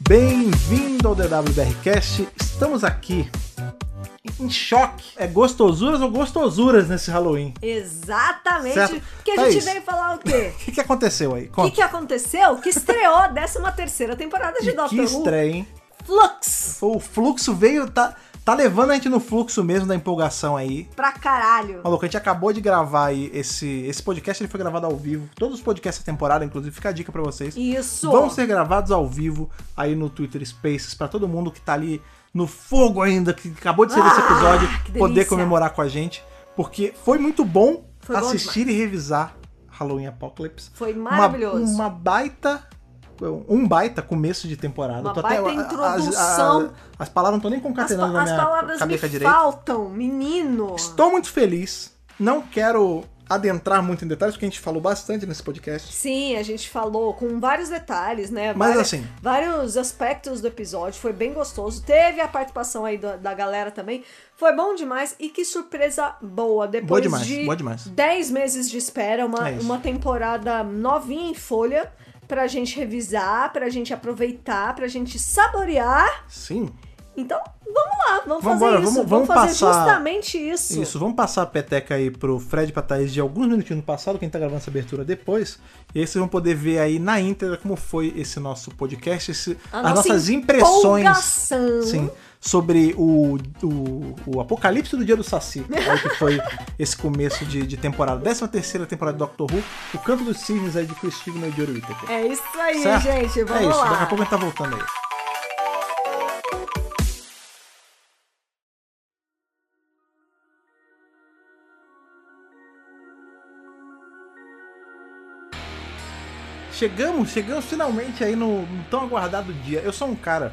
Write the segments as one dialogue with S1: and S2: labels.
S1: Bem-vindo ao DWBRCast. Estamos aqui em choque. É gostosuras ou gostosuras nesse Halloween?
S2: Exatamente.
S1: Certo.
S2: Que a gente
S1: Thaís.
S2: veio falar o quê?
S1: O que, que aconteceu aí?
S2: O que,
S1: Conta.
S2: que aconteceu? Que estreou a 13 terceira temporada é de
S1: que
S2: Doctor Who.
S1: estreia, hein?
S2: Flux!
S1: O fluxo veio, tá, tá levando a gente no fluxo mesmo da empolgação aí.
S2: Pra caralho.
S1: Maluco, a gente acabou de gravar aí esse, esse podcast, ele foi gravado ao vivo. Todos os podcasts da temporada, inclusive, fica a dica pra vocês.
S2: Isso.
S1: Vão ser gravados ao vivo aí no Twitter Spaces pra todo mundo que tá ali no fogo ainda, que acabou de ser desse
S2: Ah,
S1: episódio,
S2: que delícia.
S1: poder comemorar com a gente, porque foi muito bom
S2: Foi bom
S1: assistir e revisar Halloween Apocalypse.
S2: Foi
S1: Uma-
S2: maravilhoso.
S1: Uma, baita um baita começo de temporada.
S2: Uma
S1: Tô
S2: baita
S1: a- a- as-
S2: introdução.
S1: a- as palavras não estão nem
S2: As, pa-
S1: concatenando na
S2: as
S1: minha
S2: palavras me
S1: cabeça direita.
S2: faltam, menino.
S1: Estou muito feliz. Não quero adentrar muito em detalhes, porque a gente falou bastante nesse podcast.
S2: Sim, a gente falou com vários detalhes, né?
S1: Mas
S2: Várias-
S1: assim-
S2: Vários aspectos do episódio, foi bem gostoso. Teve a participação aí da, da galera também. Foi bom demais e que surpresa boa. Depois
S1: Boa demais,
S2: de
S1: boa demais.
S2: 10 meses de espera, uma,
S1: É isso.
S2: uma temporada novinha em folha pra gente revisar, pra gente aproveitar, pra gente saborear.
S1: Sim.
S2: Então, vamos lá, vamos
S1: Vambora,
S2: fazer isso.
S1: vamos- vamos
S2: fazer
S1: passar-
S2: justamente isso.
S1: Isso, vamos passar a peteca aí pro Fred e pra Thaís de alguns minutinhos no passado, quem tá gravando essa abertura depois. E aí vocês vão poder ver aí na íntegra como foi esse nosso podcast, esse-
S2: A
S1: as
S2: nossa
S1: nossas impressões.
S2: empolgação.
S1: Sim. Sobre o, o, o apocalipse do dia do Saci, aí que foi esse começo de, de temporada, 13 terceira temporada do Doctor Who, o canto dos cisnes aí de Chris Steven e de Whittaker.
S2: É isso aí,
S1: Certo?
S2: gente. Vamos
S1: é isso,
S2: lá.
S1: daqui a pouco a gente tá voltando aí. Chegamos, chegamos finalmente aí no, no tão aguardado dia. Eu sou um cara,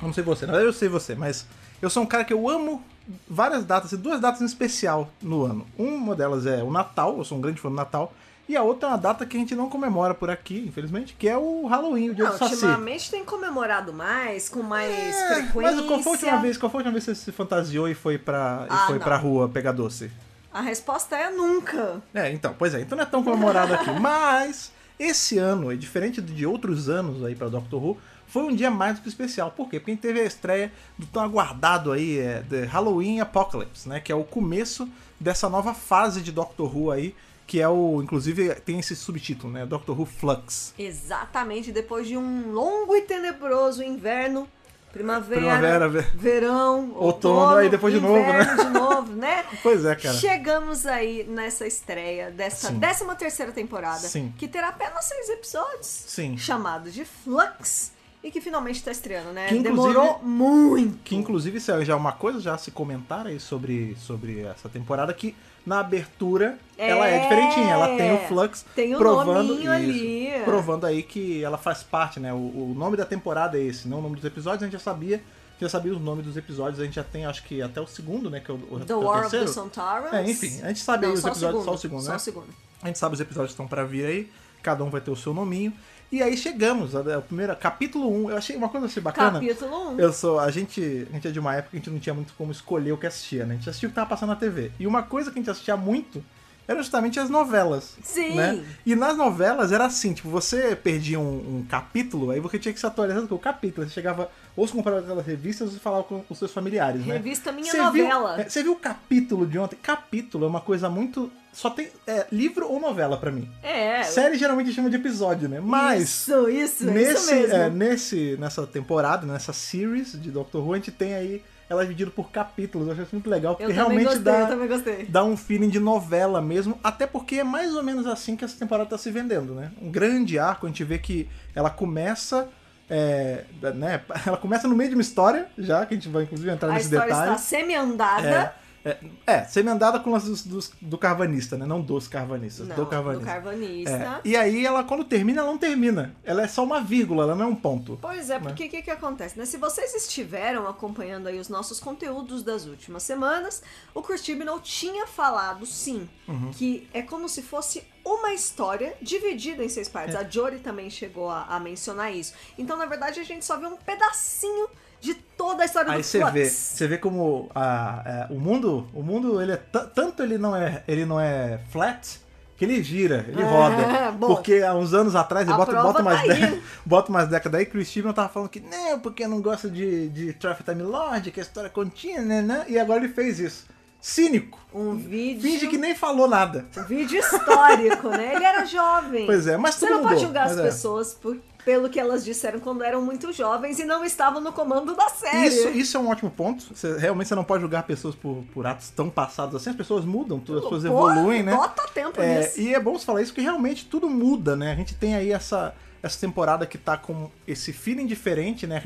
S1: eu não sei você, na verdade eu sei você, mas eu sou um cara que eu amo várias datas, e duas datas em especial no ano. Uma delas é o Natal, eu sou um grande fã do Natal, e a outra é uma data que a gente não comemora por aqui, infelizmente, que é o Halloween, o dia
S2: Não,
S1: do Saci.
S2: ultimamente tem comemorado mais, com mais
S1: É,
S2: frequência.
S1: mas qual foi a última vez? Qual foi a última vez que você se fantasiou e foi pra, e
S2: Ah,
S1: foi
S2: não.
S1: pra rua pegar doce?
S2: A resposta é nunca.
S1: É, então, pois é, então não é tão comemorado aqui. Mas esse ano, e diferente de outros anos aí pra Doctor Who, foi um dia mais do que especial. Por quê? Porque a gente teve a estreia do tão aguardado aí, é, The Halloween Apocalypse, né? Que é o começo dessa nova fase de Doctor Who aí, que é o. Inclusive, tem esse subtítulo, né? Doctor Who Flux.
S2: Exatamente, depois de um longo e tenebroso inverno, primavera,
S1: Primavera, ve-
S2: verão, outono,
S1: aí depois de novo, né?
S2: inverno de novo, né?
S1: Pois é, cara.
S2: Chegamos aí nessa estreia dessa
S1: Sim.
S2: 13 terceira temporada,
S1: Sim.
S2: que terá apenas seis episódios,
S1: Sim.
S2: chamado de Flux, e que finalmente tá estreando, né?
S1: Que, inclusive,
S2: Demorou muito.
S1: Que inclusive isso é já uma coisa já a se comentar aí sobre, sobre essa temporada que na abertura
S2: É.
S1: ela é diferentinha, ela tem o Flux
S2: Tem o
S1: provando
S2: nominho ali.
S1: provando aí que ela faz parte, né? O, o nome da temporada é esse, não o nome dos episódios, a gente já sabia, já sabia os nomes dos episódios, a gente já tem acho que até o segundo, né, que é o, o,
S2: The
S1: é o
S2: War of
S1: terceiro.
S2: the Sontarans.
S1: É, enfim, a gente sabe
S2: Não,
S1: aí os episódios, só o segundo,
S2: Só
S1: né?
S2: o segundo.
S1: A gente sabe os episódios que estão pra vir aí, cada um vai ter o seu nominho. E aí chegamos, a, a primeira, capítulo 1, eu achei uma coisa assim bacana.
S2: Capítulo 1. Um.
S1: Eu sou. A gente, a gente é de uma época que a gente não tinha muito como escolher o que assistia, né? A gente assistia o que tava passando na TV. E uma coisa que a gente assistia muito era justamente as novelas.
S2: Sim.
S1: Né? E nas novelas era assim, tipo, você perdia um, um capítulo, aí você tinha que se atualizar com o capítulo. Você chegava, ou se comprava aquelas revistas, ou se falava com os seus familiares, né?
S2: Revista Minha
S1: Você viu-
S2: Novela.
S1: é, Você viu o capítulo de ontem? Capítulo é uma coisa muito. Só tem. É, livro ou novela pra mim.
S2: É.
S1: Série geralmente chama de episódio, né? Mas.
S2: Isso, isso, é isso
S1: Nesse,
S2: mesmo.
S1: é, nesse, nessa temporada, né, nessa series de Doctor Who, a gente tem aí ela é dividida por capítulos. Eu achei isso muito legal,
S2: eu
S1: porque
S2: também
S1: realmente
S2: gostei, eu
S1: dá,
S2: também gostei.
S1: dá um feeling de novela mesmo. Até porque é mais ou menos assim que essa temporada tá se vendendo, né? Um grande arco, a gente vê que ela começa. é, né? Ela começa no meio de uma história, já, que a gente vai inclusive entrar
S2: A
S1: nesse
S2: história
S1: detalhe.
S2: está semi-andada.
S1: É, é, semendada com o lance dos- dos- do carvanista, né? Não dos carvanistas,
S2: Não,
S1: do carvanista.
S2: do carvanista.
S1: É, E aí ela, quando termina, ela não termina. Ela é só uma vírgula, ela não é um ponto.
S2: Pois é, porque o que, que acontece? Né? Se vocês estiveram acompanhando aí os nossos conteúdos das últimas semanas, o Kurt Chibnall tinha falado, sim,
S1: Uhum.
S2: que é como se fosse uma história dividida em seis
S1: É.
S2: partes. A Jory também chegou a, a mencionar isso. Então, na verdade, a gente só viu um pedacinho de toda a história
S1: Aí
S2: do
S1: você
S2: Flux.
S1: vê, você vê ah, como a- é, o mundo, o mundo ele é ta- tanto ele não é, ele não é flat Que ele gira, ele
S2: É,
S1: roda.
S2: bom.
S1: porque há uns anos atrás, ele
S2: A
S1: bota,
S2: prova
S1: bota, umas
S2: tá aí.
S1: dé- bota umas décadas aí, Chris Stevens tava falando que não, porque não gosta de, de Traffic Time Lord, que a história continha, né, né? E agora ele fez isso. Cínico.
S2: Um vídeo.
S1: Finge que nem falou nada.
S2: Um vídeo histórico, né? Ele era jovem.
S1: Pois é, mas
S2: Você
S1: tudo
S2: não pode
S1: mudou,
S2: julgar as
S1: mas é.
S2: pessoas por- pelo que elas disseram quando eram muito jovens e não estavam no comando da série.
S1: Isso, isso é um ótimo ponto. Você- realmente você não pode julgar pessoas por, por atos tão passados assim. As pessoas mudam, tu- as pessoas
S2: Pô,
S1: evoluem, né?
S2: Bota tempo
S1: É,
S2: nisso.
S1: e é bom você falar isso, porque realmente tudo muda, né? A gente tem aí essa, essa temporada que tá com esse feeling diferente, né?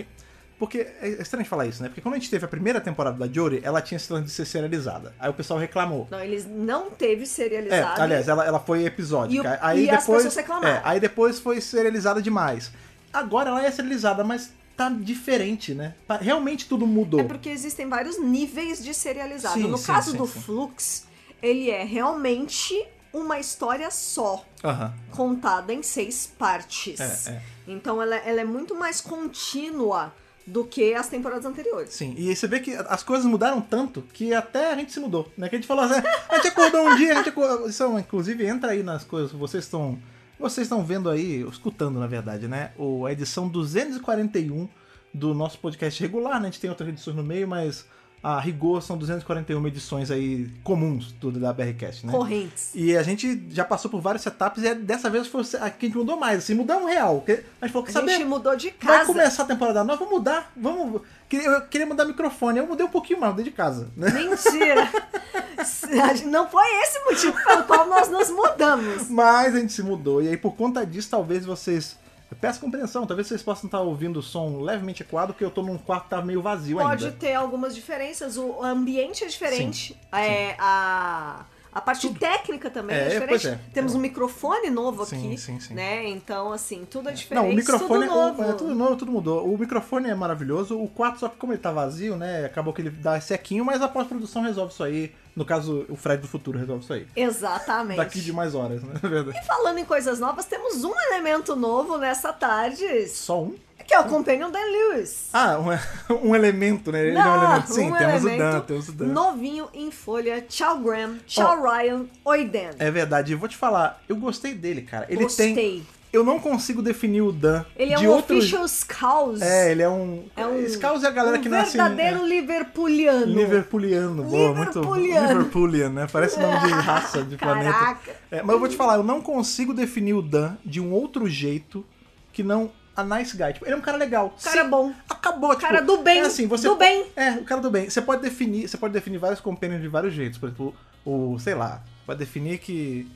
S1: Porque é estranho falar isso, né? Porque quando a gente teve a primeira temporada da Jory, ela tinha esse lance de ser serializada. Aí o pessoal reclamou.
S2: Não, eles não teve
S1: É,
S2: serializado.
S1: aliás, ela, ela foi episódica.
S2: E o-
S1: aí
S2: e as
S1: depois,
S2: pessoas reclamaram.
S1: é, aí depois foi serializada demais. Agora ela é serializada, mas tá diferente, né? Tá- Realmente tudo mudou.
S2: É porque existem vários níveis de serializado.
S1: Sim,
S2: no
S1: sim,
S2: caso
S1: sim,
S2: do
S1: sim.
S2: Flux, ele é realmente uma história só,
S1: Aham.
S2: contada em seis partes.
S1: É, é.
S2: Então ela, ela é muito mais contínua do que as temporadas anteriores.
S1: Sim, e aí você vê que as coisas mudaram tanto que até a gente se mudou, né? Que a gente falou assim, a gente acordou um dia, a gente acordou... Isso, inclusive, entra aí nas coisas, que vocês estão... Vocês estão vendo aí, escutando, na verdade, né? O, a edição 241 do nosso podcast regular, né? A gente tem outras edições no meio, mas a rigor são 241 edições aí comuns tudo da BRCast, né?
S2: Correntes.
S1: E a gente já passou por várias etapas e é, dessa vez foi a que a gente mudou mais, assim, mudamos real. porque A gente falou,
S2: A
S1: que saber
S2: gente mudou de
S1: Vai
S2: casa.
S1: começar a temporada nova, vamos mudar. Vamos. Queria- Eu queria mudar o microfone, eu mudei um pouquinho mais, mudei de casa. Né?
S2: Mentira! A gente- Não foi esse o motivo pelo qual nós nos mudamos.
S1: Mas a gente se mudou. E aí, por conta disso, talvez vocês. Eu peço compreensão, talvez vocês possam estar ouvindo o som levemente equado, porque eu tô num quarto que tá meio vazio
S2: Pode
S1: ainda.
S2: ter algumas diferenças, o ambiente é diferente, é, A, a parte técnica também é,
S1: É, pois
S2: diferente.
S1: é.
S2: Temos um microfone novo
S1: Sim,
S2: aqui,
S1: sim, sim.
S2: né? Então, assim, tudo é diferente,
S1: Não, o microfone
S2: tudo
S1: é-
S2: novo.
S1: o- é tudo novo, tudo mudou. O microfone é maravilhoso, o quarto, só que como ele tá vazio, né? Acabou que ele dá sequinho, mas a pós-produção resolve isso aí. No caso, o Fred do futuro resolve isso aí.
S2: Exatamente.
S1: Daqui de mais horas, né? Na verdade.
S2: E falando em coisas novas, temos um elemento novo nessa tarde,
S1: Só um?
S2: que é o Companion Dan Lewis.
S1: Ah, um, um elemento, né? Ele é um elemento. Sim,
S2: um
S1: temos o
S2: elemento
S1: Dan, temos o Dan.
S2: Novinho em folha. Tchau, Graham. Tchau, Ryan. Oi, Dan.
S1: É verdade, eu vou te falar, eu gostei dele, cara. Ele
S2: Gostei.
S1: tem. Eu não consigo definir o Dan.
S2: Ele é
S1: de
S2: um
S1: outro...
S2: official Scouse.
S1: É, ele é um.
S2: É um-
S1: Esse caos é a galera
S2: um
S1: que nasce. em-
S2: verdadeiro
S1: é,
S2: liverpooliano.
S1: Liverpooliano, boa, muito.
S2: Liverpooliano.
S1: Liverpoolian, né? Parece nome de raça, de planeta.
S2: Caraca.
S1: É, mas eu vou te falar, eu não consigo definir o Dan de um outro jeito que não a nice guy. Tipo, ele é um cara legal.
S2: Cara
S1: Sim,
S2: bom.
S1: Acabou, tipo,
S2: Cara do bem,
S1: É assim, você
S2: do
S1: po-
S2: bem.
S1: É, o cara do bem. Você pode definir, você pode definir vários companions de vários jeitos. Por exemplo, o, sei lá, pode definir que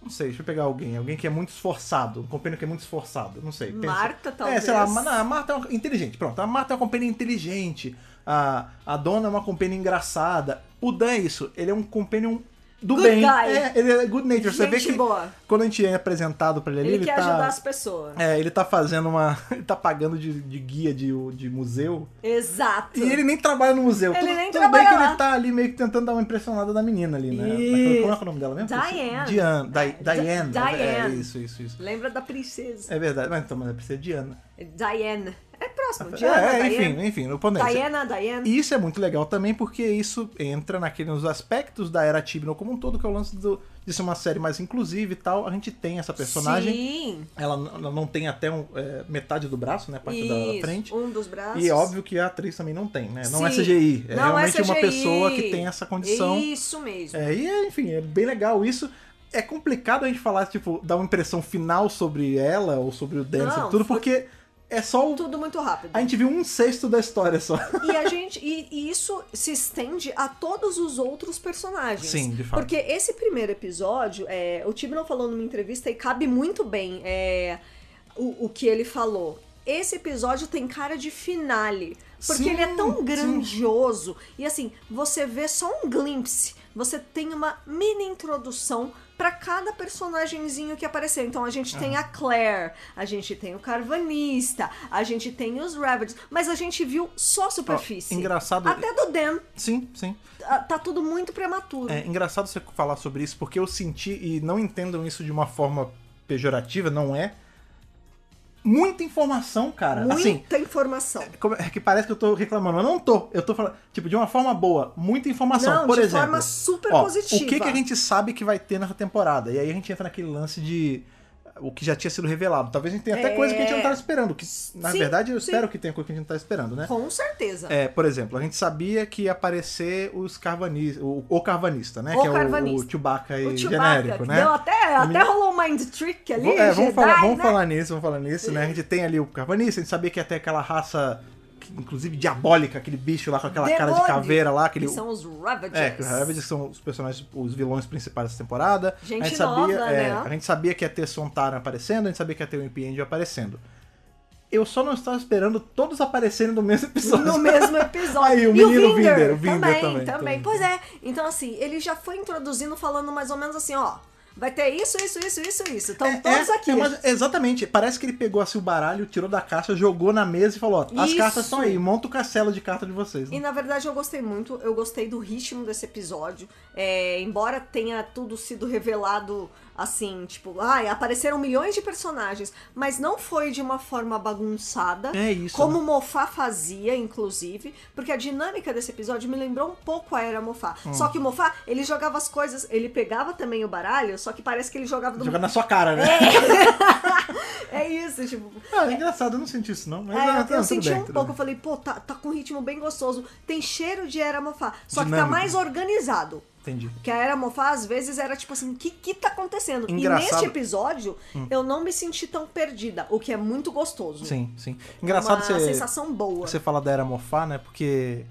S1: não sei, deixa eu pegar alguém, alguém que é muito esforçado, um companion que é muito esforçado, não sei. pensa.
S2: Marta,
S1: É,
S2: talvez.
S1: sei lá, mas não, a Marta é uma inteligente. Pronto, a Marta é uma companhia inteligente. A, a dona é uma companhia engraçada. O Dan é isso, ele é um companion do
S2: Good
S1: bem.
S2: guy.
S1: É, ele é good nature. você vê
S2: Gente
S1: que
S2: boa.
S1: quando a gente é apresentado pra ele, ali,
S2: Ele,
S1: ele
S2: quer
S1: tá
S2: ajudar as pessoas.
S1: é, ele tá fazendo uma. Ele tá pagando de, de guia de, de museu.
S2: Exato.
S1: E ele nem trabalha no museu.
S2: Ele
S1: tudo
S2: nem
S1: tudo
S2: trabalha
S1: bem que
S2: lá.
S1: ele tá ali meio que tentando dar uma impressionada na menina ali, né?
S2: Isso.
S1: Como é que é o nome dela mesmo?
S2: Diane.
S1: Diane. Di-
S2: Di-
S1: Diane. É,
S2: Diane.
S1: isso, isso, isso.
S2: Lembra da princesa.
S1: É verdade. Mas então, mas precisa de Diana.
S2: Diane. É próximo. Diana,
S1: É, é,
S2: Diane.
S1: enfim, enfim, o ponto é esse.
S2: Diana, Diane.
S1: E isso é muito legal também, porque isso entra naqueles aspectos da era Tibno como um todo, que é o lance do, de ser uma série mais inclusiva e tal. A gente tem essa personagem.
S2: Sim.
S1: Ela n- ela não tem até um, é, metade do braço, né? A parte da
S2: Isso.
S1: frente.
S2: Um dos braços.
S1: E é óbvio que a atriz também não tem, né? Não é
S2: Sim.
S1: CGI. É
S2: Não
S1: realmente
S2: é
S1: uma
S2: CGI.
S1: pessoa que tem essa condição.
S2: Isso mesmo.
S1: É, e enfim, é bem legal isso. É complicado a gente falar, tipo, dar uma impressão final sobre ela ou sobre o Dan,
S2: Não,
S1: sobre tudo,
S2: foi-
S1: porque é só o.
S2: Tudo muito rápido.
S1: A gente viu um sexto da história só.
S2: E a gente. E, e isso se estende a todos os outros personagens.
S1: Sim, de fato.
S2: Porque esse primeiro episódio, é, o Tibnon falou numa entrevista e cabe muito bem é, o, o que ele falou. Esse episódio tem cara de finale. Porque
S1: Sim,
S2: ele é tão
S1: sim.
S2: grandioso. E assim, você vê só um glimpse. Você tem uma mini introdução pra cada personagemzinho que apareceu. Então a gente tem a Claire, a gente tem o Carvanista, a gente tem os Ravagers, mas a gente viu só a superfície.
S1: engraçado-
S2: Até do Dan,
S1: Sim, sim.
S2: tá- tá tudo muito prematuro.
S1: É engraçado você falar sobre isso, porque eu senti, e não entendam isso de uma forma pejorativa, não é. muita informação, cara.
S2: Muita
S1: Assim,
S2: informação.
S1: como- é que parece que eu tô reclamando. Eu não tô. Eu tô falando, tipo, de uma forma boa, muita informação.
S2: Não,
S1: Por
S2: de
S1: exemplo,
S2: forma super
S1: ó,
S2: positiva.
S1: o que, que a gente sabe que vai ter nessa temporada? E aí a gente entra naquele lance de o que já tinha sido revelado. Talvez a gente tenha até
S2: É.
S1: coisa que a gente não tava esperando. Que, na
S2: Sim,
S1: verdade, eu
S2: sim.
S1: espero que tenha coisa que a gente não tá esperando, né?
S2: Com certeza.
S1: É, por exemplo, a gente sabia que ia aparecer os carvanistas, o, o carvanista, né?
S2: O
S1: que é o,
S2: carvanista.
S1: o Chewbacca aí
S2: o Chewbacca,
S1: genérico,
S2: que
S1: né?
S2: deu até,
S1: O
S2: até
S1: menino-
S2: rolou um mind trick ali,
S1: Vamos- é,
S2: Jedi,
S1: vamos falar, vamos
S2: né?
S1: falar nisso, vamos falar nisso, né? A gente tem ali o Carvanista, a gente sabia que ia ter aquela raça, que, inclusive diabólica, aquele bicho lá com aquela cara de
S2: Demônio.
S1: caveira lá, aquele.
S2: Que são os Ravagers.
S1: É, que os Ravagers são os personagens, os vilões principais dessa temporada.
S2: Gente
S1: a gente sabia,
S2: nova,
S1: é,
S2: né?
S1: A gente sabia que ia ter Sontara aparecendo, a gente sabia que ia ter o Imp Angel aparecendo. Eu só não estava esperando todos aparecerem no mesmo episódio.
S2: No mesmo episódio.
S1: Aí, o
S2: E
S1: menino Vinder, o Vinder
S2: também,
S1: também,
S2: também,
S1: também.
S2: Pois é. Então, assim, ele já foi introduzindo, falando mais ou menos assim, ó. Vai ter isso, isso, isso, isso, isso. Estão todos
S1: é,
S2: aqui.
S1: é, mas- exatamente. Parece que ele pegou assim o baralho, tirou da caixa, jogou na mesa e falou: ó, as
S2: Isso.
S1: cartas estão aí, monta o castelo de carta de vocês. né?
S2: E na verdade eu gostei muito, eu gostei do ritmo desse episódio. É, embora tenha tudo sido revelado assim, tipo, ai, apareceram milhões de personagens, mas não foi de uma forma bagunçada.
S1: É isso,
S2: Como
S1: né?
S2: o Mofá fazia, inclusive, porque a dinâmica desse episódio me lembrou um pouco a era Mofá.
S1: Hum.
S2: Só que o Mofá, ele jogava as coisas, ele pegava também o baralho, só que parece que ele jogava do.
S1: Jogar na sua cara, né?
S2: É isso, tipo,
S1: Ah, é engraçado, eu não senti isso não. Mas
S2: É, eu-
S1: ah,
S2: eu,
S1: tá, tudo
S2: senti
S1: bem,
S2: um
S1: tudo
S2: pouco, eu
S1: bem.
S2: falei, pô, tá, tá com um ritmo bem gostoso. Tem cheiro de era mofá, só que
S1: Dinâmico.
S2: tá mais organizado.
S1: Entendi.
S2: Que a era mofá, às vezes, era tipo assim, o que que tá acontecendo? E
S1: Engraçado. Hum.
S2: neste episódio, eu não me senti tão perdida, o que é muito gostoso. É
S1: Sim, sim. Engraçado
S2: Uma
S1: você,
S2: sensação boa.
S1: você falar da Era Mofá, né? Porque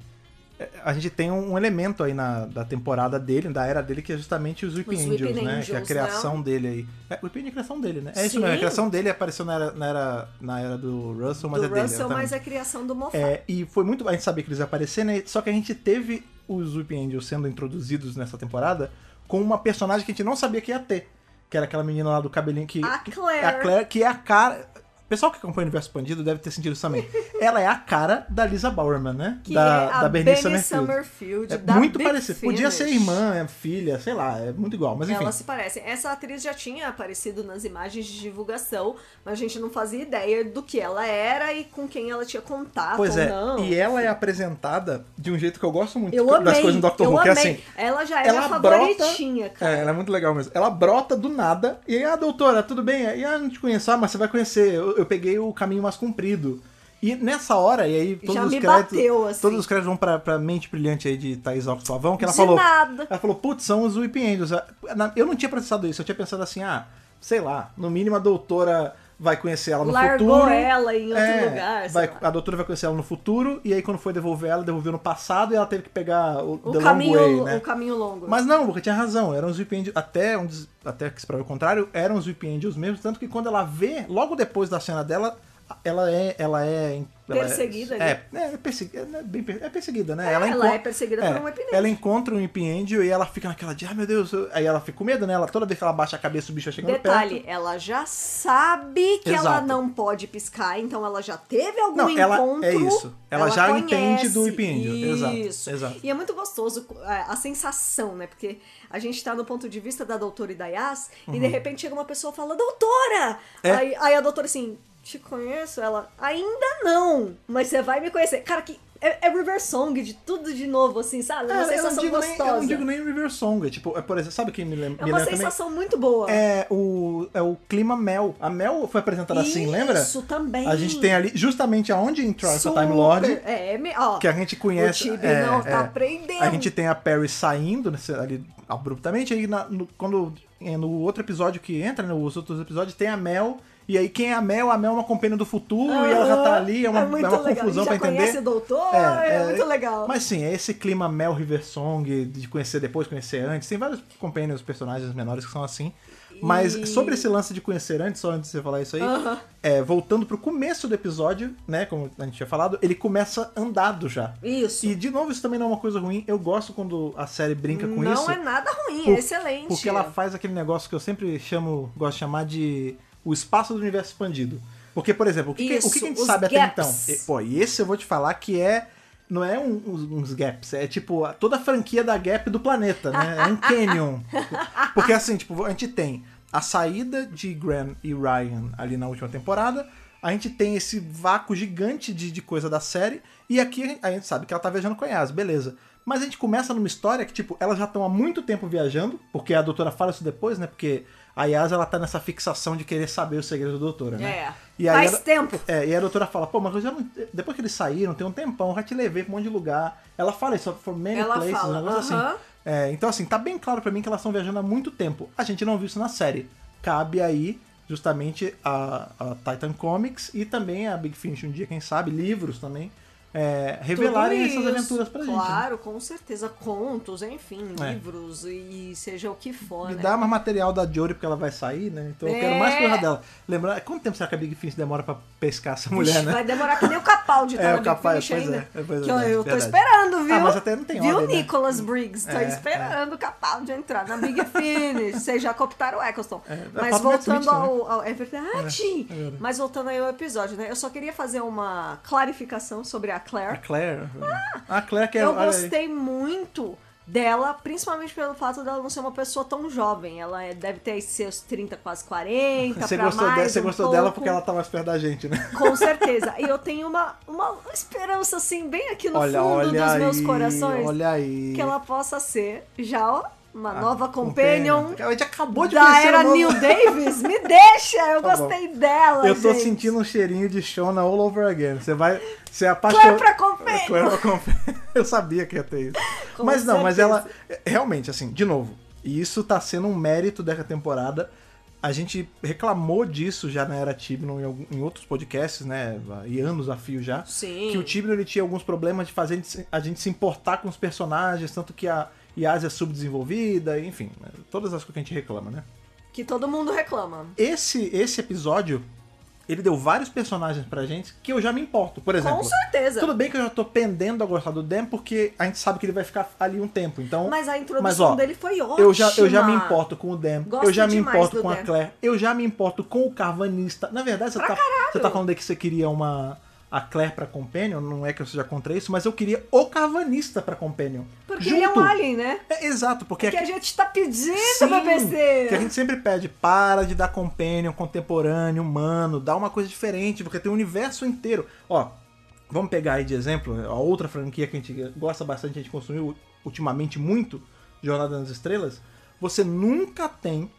S1: é, a gente tem um elemento aí na, da temporada dele, da era dele, que é justamente os Whip
S2: Os
S1: Angels, né?
S2: Weeping
S1: Que é a
S2: Angels,
S1: criação dele aí. É, o Whip Angel é a criação dele, né? É isso
S2: Sim.
S1: mesmo, a criação dele apareceu na era, na era, na era do Russell, mas
S2: Do
S1: é dele.
S2: Russell,
S1: exatamente.
S2: mas a criação do mofá.
S1: É, e foi muito. A gente sabia que eles iam aparecer, né? Só que a gente teve os Whipping Angels sendo introduzidos nessa temporada com uma personagem que a gente não sabia que ia ter. Que era aquela menina lá do cabelinho que.
S2: A Claire.
S1: A Claire, que é a cara. O pessoal que acompanha o universo expandido deve ter sentido isso também. Ela é a cara da Lisa Bowerman, né?
S2: que
S1: da,
S2: é a
S1: da Bernice
S2: Benny
S1: Summerfield.
S2: Summerfield.
S1: É
S2: da
S1: muito
S2: Big
S1: parecido. Podia ser
S2: Finish.
S1: irmã, é filha, sei lá, é muito igual, mas enfim.
S2: Elas se parecem. Essa atriz já tinha aparecido nas imagens de divulgação, mas a gente não fazia ideia do que ela era e com quem ela tinha contato
S1: Pois
S2: ou
S1: é,
S2: não.
S1: e ela é apresentada de um jeito que eu gosto muito
S2: Eu
S1: das
S2: amei.
S1: coisas do Doctor
S2: eu
S1: Who, que é
S2: amei.
S1: assim,
S2: ela já era
S1: ela
S2: a
S1: brota.
S2: favoritinha, cara.
S1: É, ela é muito legal mesmo. Ela brota do nada. E aí, ah, doutora, tudo bem? E ah, não te conheço. Ah, mas você vai conhecer. Eu, eu peguei o caminho mais comprido. E nessa hora, e aí todos
S2: Já
S1: os
S2: me
S1: créditos.
S2: bateu, assim.
S1: Todos os créditos vão pra, pra mente brilhante aí de Thaís Alves Pavão, que ela
S2: De
S1: falou.
S2: nada.
S1: Ela falou, putz, são os Whip Angels. Ah, Na- Eu não tinha processado isso, eu tinha pensado assim, ah, sei lá, no mínimo a doutora vai conhecer ela no
S2: Largou
S1: futuro.
S2: ela em outro
S1: É,
S2: lugar, sei
S1: vai-
S2: lá.
S1: a doutora vai conhecer ela no futuro, e aí quando foi devolver ela, devolveu no passado e ela teve que pegar o,
S2: O
S1: The
S2: caminho,
S1: Long Way, né?
S2: o caminho longo.
S1: Mas não, Luca tinha razão. Eram os Whip Angels, até, onde, até que se prove o contrário, eram os Whip Angels mesmo. Tanto que quando ela vê, logo depois da cena dela, ela é. Ela é ela é-
S2: Perseguida,
S1: É,
S2: né?
S1: é, perseguida, é, bem per- é perseguida, né?
S2: É, ela
S1: encon-
S2: é perseguida por um Whip Angel.
S1: Ela encontra um Whip Angel e ela fica naquela de, ai meu Deus. eu-" Aí ela fica com medo, né? Ela, toda vez que ela baixa a cabeça, o bicho vai chegando
S2: Detalhe,
S1: perto.
S2: ela já sabe que ela
S1: Exato.
S2: não pode piscar, então ela já teve algum
S1: Não, ela-
S2: encontro.
S1: é isso. Ela já entende do Whip Angel. Exato,
S2: Isso.
S1: exato.
S2: E é muito gostoso é, a sensação, né? Porque a gente tá no ponto de vista da doutora e da Yas, e de repente chega uma pessoa e fala, doutora!
S1: Uhum. É.
S2: Aí, aí a doutora assim, te conheço? Ela, ainda não, mas você vai me conhecer. Cara, que é, é reverse song de tudo de novo, assim, sabe? Uma
S1: É, eu, não
S2: sensação
S1: digo nem, eu
S2: gostosa.
S1: não digo nem River Song. É, tipo, é, por exemplo, sabe quem me lembra?
S2: é
S1: me
S2: uma
S1: lembra também?
S2: sensação muito boa.
S1: É o, é o clima Mel. A Mel foi apresentada assim, lembra?
S2: Isso também.
S1: A gente tem ali justamente aonde entrou essa
S2: Super.
S1: Time Lord,
S2: É, me- ó,
S1: que a gente conhece.
S2: O Tibi
S1: é,
S2: não tá
S1: é.
S2: aprendendo.
S1: A gente tem a Perry saindo nesse- ali abruptamente, aí na- no, quando é, no outro episódio que entra, né, os outros episódios, tem a Mel. E aí, quem é a Mel? A Mel é uma companhia do futuro e ela já tá ali, é uma,
S2: muito
S1: é uma
S2: legal.
S1: confusão
S2: já
S1: pra entender.
S2: conhece o doutor, é, muito legal.
S1: Mas sim, é esse clima Mel River Song, de conhecer depois, conhecer antes. Tem vários companheiros, personagens menores que são assim. Mas
S2: E-
S1: sobre esse lance de conhecer antes, só antes de você falar isso aí,
S2: Aham.
S1: é, voltando pro começo do episódio, né? Como a gente tinha falado, ele começa andado já.
S2: Isso.
S1: E de novo, isso também não é uma coisa ruim. Eu gosto quando a série brinca com
S2: não
S1: isso.
S2: é nada ruim,
S1: por-
S2: é excelente.
S1: Porque ela faz aquele negócio que eu sempre chamo, gosto de chamar de o espaço do universo expandido. Porque, por exemplo, o que, que- o que que a gente
S2: Isso, os
S1: sabe até então?
S2: gaps.
S1: E, pô, e esse eu vou te falar que é. Não é um- uns, uns gaps, é tipo a- toda a franquia da Gap do planeta, né? É um canyon. Porque assim, tipo, a gente tem a saída de Gran e Ryan ali na última temporada, a gente tem esse vácuo gigante de, de coisa da série, e aqui a gente sabe que ela tá viajando com a Yas, beleza. Mas a gente começa numa história que, tipo, elas já estão há muito tempo viajando, porque a doutora fala isso depois, né? Porque a Yas, ela tá nessa fixação de querer saber o segredo da doutora, né?
S2: É.
S1: E aí
S2: Faz
S1: ela-
S2: tempo.
S1: É, e a doutora fala, pô, mas eu já não- depois que eles saíram, tem um tempão, eu já te levei pra um monte de lugar. Ela fala isso, for many
S2: Ela
S1: places,
S2: fala,
S1: um negócio
S2: aham.
S1: assim. É, então, assim, tá bem claro pra mim que elas estão viajando há muito tempo. A gente não viu isso na série. Cabe aí, justamente, a, a Titan Comics e também a Big Finish um dia, quem sabe, livros também, é, revelarem
S2: Tudo
S1: essas
S2: isso,
S1: aventuras pra gente. né?
S2: Claro, com certeza. Contos, enfim,
S1: É.
S2: livros e seja o que for,
S1: Me
S2: né?
S1: dá mais material da Jory porque ela vai sair, né? Então eu quero mais
S2: É.
S1: coisa dela. Lembrar, quanto tempo será que a Big Finish demora pra pescar essa
S2: Vixe,
S1: mulher, né?
S2: Vai demorar que nem o Capaldi tá
S1: É,
S2: na
S1: o
S2: Big
S1: Capaldi,
S2: Finish
S1: pois
S2: ainda.
S1: é, é, pois é,
S2: que eu, eu tô
S1: verdade.
S2: esperando, viu?
S1: Ah, mas até não tem
S2: Viu,
S1: ordem, né?
S2: Nicholas Briggs? Tô
S1: É,
S2: esperando o Capaldi entrar na Big Finish. Vocês já cooptaram o Eccleston.
S1: É, falta o
S2: mas
S1: Matt
S2: voltando
S1: Smith também.
S2: ao, ao- É verdade!
S1: É, é verdade.
S2: mas voltando aí ao episódio, né? Eu só queria fazer uma clarificação sobre a
S1: A
S2: Claire.
S1: Claire. a Claire que é.
S2: Eu
S1: olha aí.
S2: gostei muito dela, principalmente pelo fato dela não ser uma pessoa tão jovem. Ela é- deve ter aí seus 30, quase 40,
S1: Você
S2: pra
S1: gostou,
S2: mais
S1: dela, você
S2: um
S1: gostou dela
S2: pouco.
S1: porque ela tá mais perto da gente, né?
S2: Com certeza. E eu tenho uma, uma esperança, assim, bem aqui no
S1: olha,
S2: fundo
S1: olha
S2: dos
S1: aí,
S2: meus coragens.
S1: Olha aí.
S2: Que ela possa ser já ó, uma
S1: A
S2: nova companion
S1: A gente acabou de
S2: da
S1: conhecer
S2: era
S1: o novo-
S2: Neil Davis. Me deixa! Eu
S1: Tá bom.
S2: gostei dela,
S1: Eu tô
S2: gente.
S1: sentindo um cheirinho de Shona all over again. Você vai. Você é
S2: Claire
S1: apaixonado.
S2: pra companion!
S1: Claire pra companion. Eu sabia que ia ter isso.
S2: Com
S1: mas não, mas ela.
S2: certeza.
S1: Realmente, assim, de novo. E isso tá sendo um mérito dessa temporada. A gente reclamou disso já na era Tibnon em, algum- em outros podcasts, né? E anos a fio já.
S2: Sim.
S1: que o Tibner ele tinha alguns problemas de fazer a gente se- a gente se importar com os personagens, tanto que a Yas é subdesenvolvida, enfim, né, todas as coisas que a gente reclama, né?
S2: Que todo mundo reclama.
S1: Esse, esse episódio, ele deu vários personagens pra gente que eu já me importo, por exemplo.
S2: Com certeza.
S1: Tudo bem que eu já tô pendendo a gostar do Dan, porque a gente sabe que ele vai ficar ali um tempo, então...
S2: Mas a introdução
S1: Mas, ó,
S2: dele foi ótima.
S1: Eu já, eu já me importo com o Dan,
S2: Gosto
S1: eu já me
S2: demais
S1: importo
S2: do
S1: com a
S2: Dan.
S1: Claire, eu já me importo com o Carvanista. Na verdade, você, tá, você tá falando aí que você queria uma a Claire pra Companion, não é que eu seja contra isso, mas eu queria o Carvanista pra Companion.
S2: Porque
S1: Junto.
S2: ele é um alien, né?
S1: É, exato, porque
S2: Que a
S1: aqui,
S2: gente tá pedindo,
S1: Sim,
S2: BBC.
S1: que a gente sempre pede, para de dar Companion contemporâneo, humano, dá uma coisa diferente, porque tem um universo inteiro. Ó, vamos pegar aí de exemplo, a outra franquia que a gente gosta bastante, a gente consumiu ultimamente muito, Jornada nas Estrelas, você nunca tem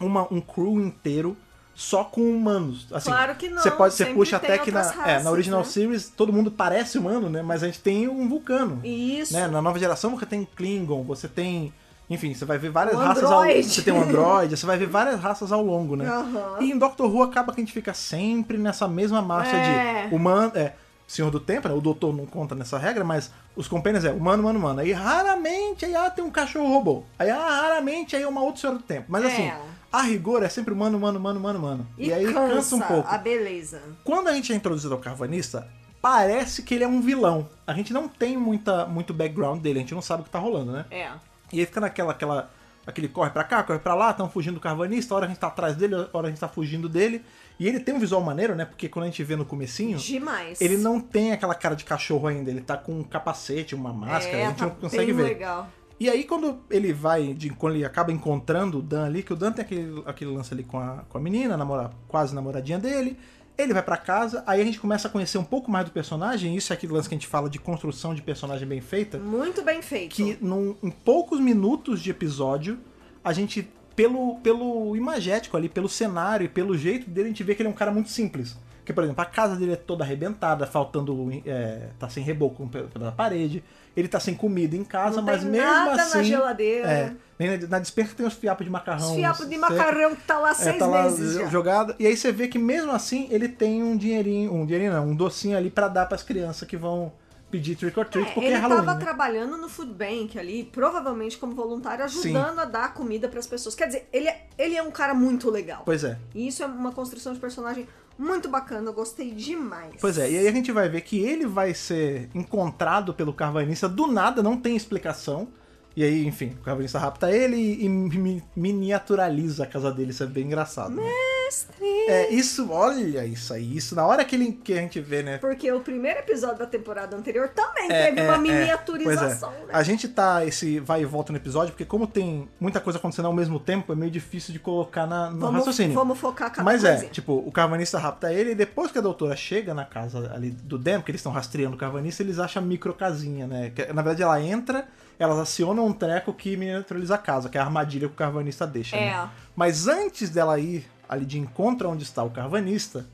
S1: uma- um crew inteiro só com humanos. Assim,
S2: Claro que não,
S1: Você pode, você
S2: sempre
S1: puxa
S2: tem
S1: até que na,
S2: outras
S1: é,
S2: raças,
S1: na Original
S2: né?
S1: Series todo mundo parece humano, né? Mas a gente tem um vulcano.
S2: Isso.
S1: né? Na nova geração você tem Klingon, você tem. Enfim, você vai ver várias
S2: O
S1: raças ao
S2: androide.
S1: Você tem um android, você vai ver várias raças ao longo, né?
S2: Aham.
S1: E em Doctor Who acaba que a gente fica sempre nessa mesma marcha
S2: É.
S1: de humano. É, Senhor do Tempo, né? O doutor não conta nessa regra, mas os companheiros é humano, humano, humano. Aí raramente aí ah, tem um cachorro robô. Aí ah, raramente aí é uma outra Senhora do Tempo. Mas
S2: É.
S1: assim, a rigor é sempre humano, humano, humano, humano, humano.
S2: E,
S1: aí
S2: cansa,
S1: um pouco.
S2: a beleza.
S1: Quando a gente é introduzido ao Carvanista, parece que ele é um vilão. A gente não tem muita, muito background dele, a gente não sabe o que tá rolando, né?
S2: É.
S1: E aí fica naquela, aquela, aquele corre pra cá, corre pra lá, estão fugindo do Carvanista, hora a gente tá atrás dele, hora a gente tá fugindo dele. E ele tem um visual maneiro, né? Porque quando a gente vê no comecinho,
S2: Demais.
S1: ele não tem aquela cara de cachorro ainda, ele tá com um capacete, uma máscara,
S2: é,
S1: a gente
S2: tá
S1: não consegue ver.
S2: bem legal.
S1: E aí quando ele vai, de- quando ele acaba encontrando o Dan ali, que o Dan tem aquele, aquele lance ali com a, com a menina, namora, quase namoradinha dele, ele vai pra casa, aí a gente começa a conhecer um pouco mais do personagem, isso é aquele lance que a gente fala de construção de personagem bem feita,
S2: Muito bem feito.
S1: que num, em poucos minutos de episódio, a gente, pelo, pelo imagético ali, pelo cenário e pelo jeito dele, a gente vê que ele é um cara muito simples. Porque, por exemplo, a casa dele é toda arrebentada, faltando. É, tá sem reboco pela parede, ele tá sem comida em casa,
S2: Não
S1: mas
S2: tem
S1: mesmo
S2: nada na
S1: assim.
S2: geladeira.
S1: É, nem na, na desperta tem os fiapos de macarrão.
S2: Os fiapos de
S1: seco.
S2: macarrão que tá lá
S1: É,
S2: seis
S1: tá lá
S2: meses já.
S1: jogado. E aí você vê que mesmo assim ele tem um dinheirinho, um dinheirinho não, um docinho ali pra dar pras crianças que vão pedir trick or treat, porque
S2: ele
S1: é Halloween.
S2: tava
S1: né?
S2: trabalhando no food bank ali, provavelmente como voluntário, ajudando a dar comida pras pessoas. Quer dizer, ele é, ele é um cara muito legal.
S1: Pois é.
S2: E isso é uma construção de personagem muito bacana, eu gostei demais.
S1: Pois é, e aí a gente vai ver que ele vai ser encontrado pelo Carvanista do nada, não tem explicação. E aí, enfim, o Carvanista rapta ele e, e mi- miniaturaliza a casa dele, isso é bem engraçado. né?
S2: Mestre,
S1: É, isso, olha isso aí. Isso na hora que, ele, que a gente vê, né?
S2: Porque o primeiro episódio da temporada anterior também
S1: É,
S2: teve
S1: é,
S2: uma
S1: é.
S2: miniaturização,
S1: Pois é.
S2: né?
S1: A gente tá esse vai e volta no episódio, porque como tem muita coisa acontecendo ao mesmo tempo, é meio difícil de colocar na, no
S2: Vamos,
S1: raciocínio.
S2: vamos focar cada
S1: Mas é,
S2: coisinha.
S1: tipo, o carvanista rapta ele e depois que a doutora chega na casa ali do Dan, porque eles estão rastreando o carvanista, eles acham a microcasinha, né? Que, na verdade, ela entra, elas acionam um treco que miniaturiza a casa, que é a armadilha que o carvanista deixa. né?
S2: É.
S1: Mas antes dela ir ali de encontro onde está o carvanista,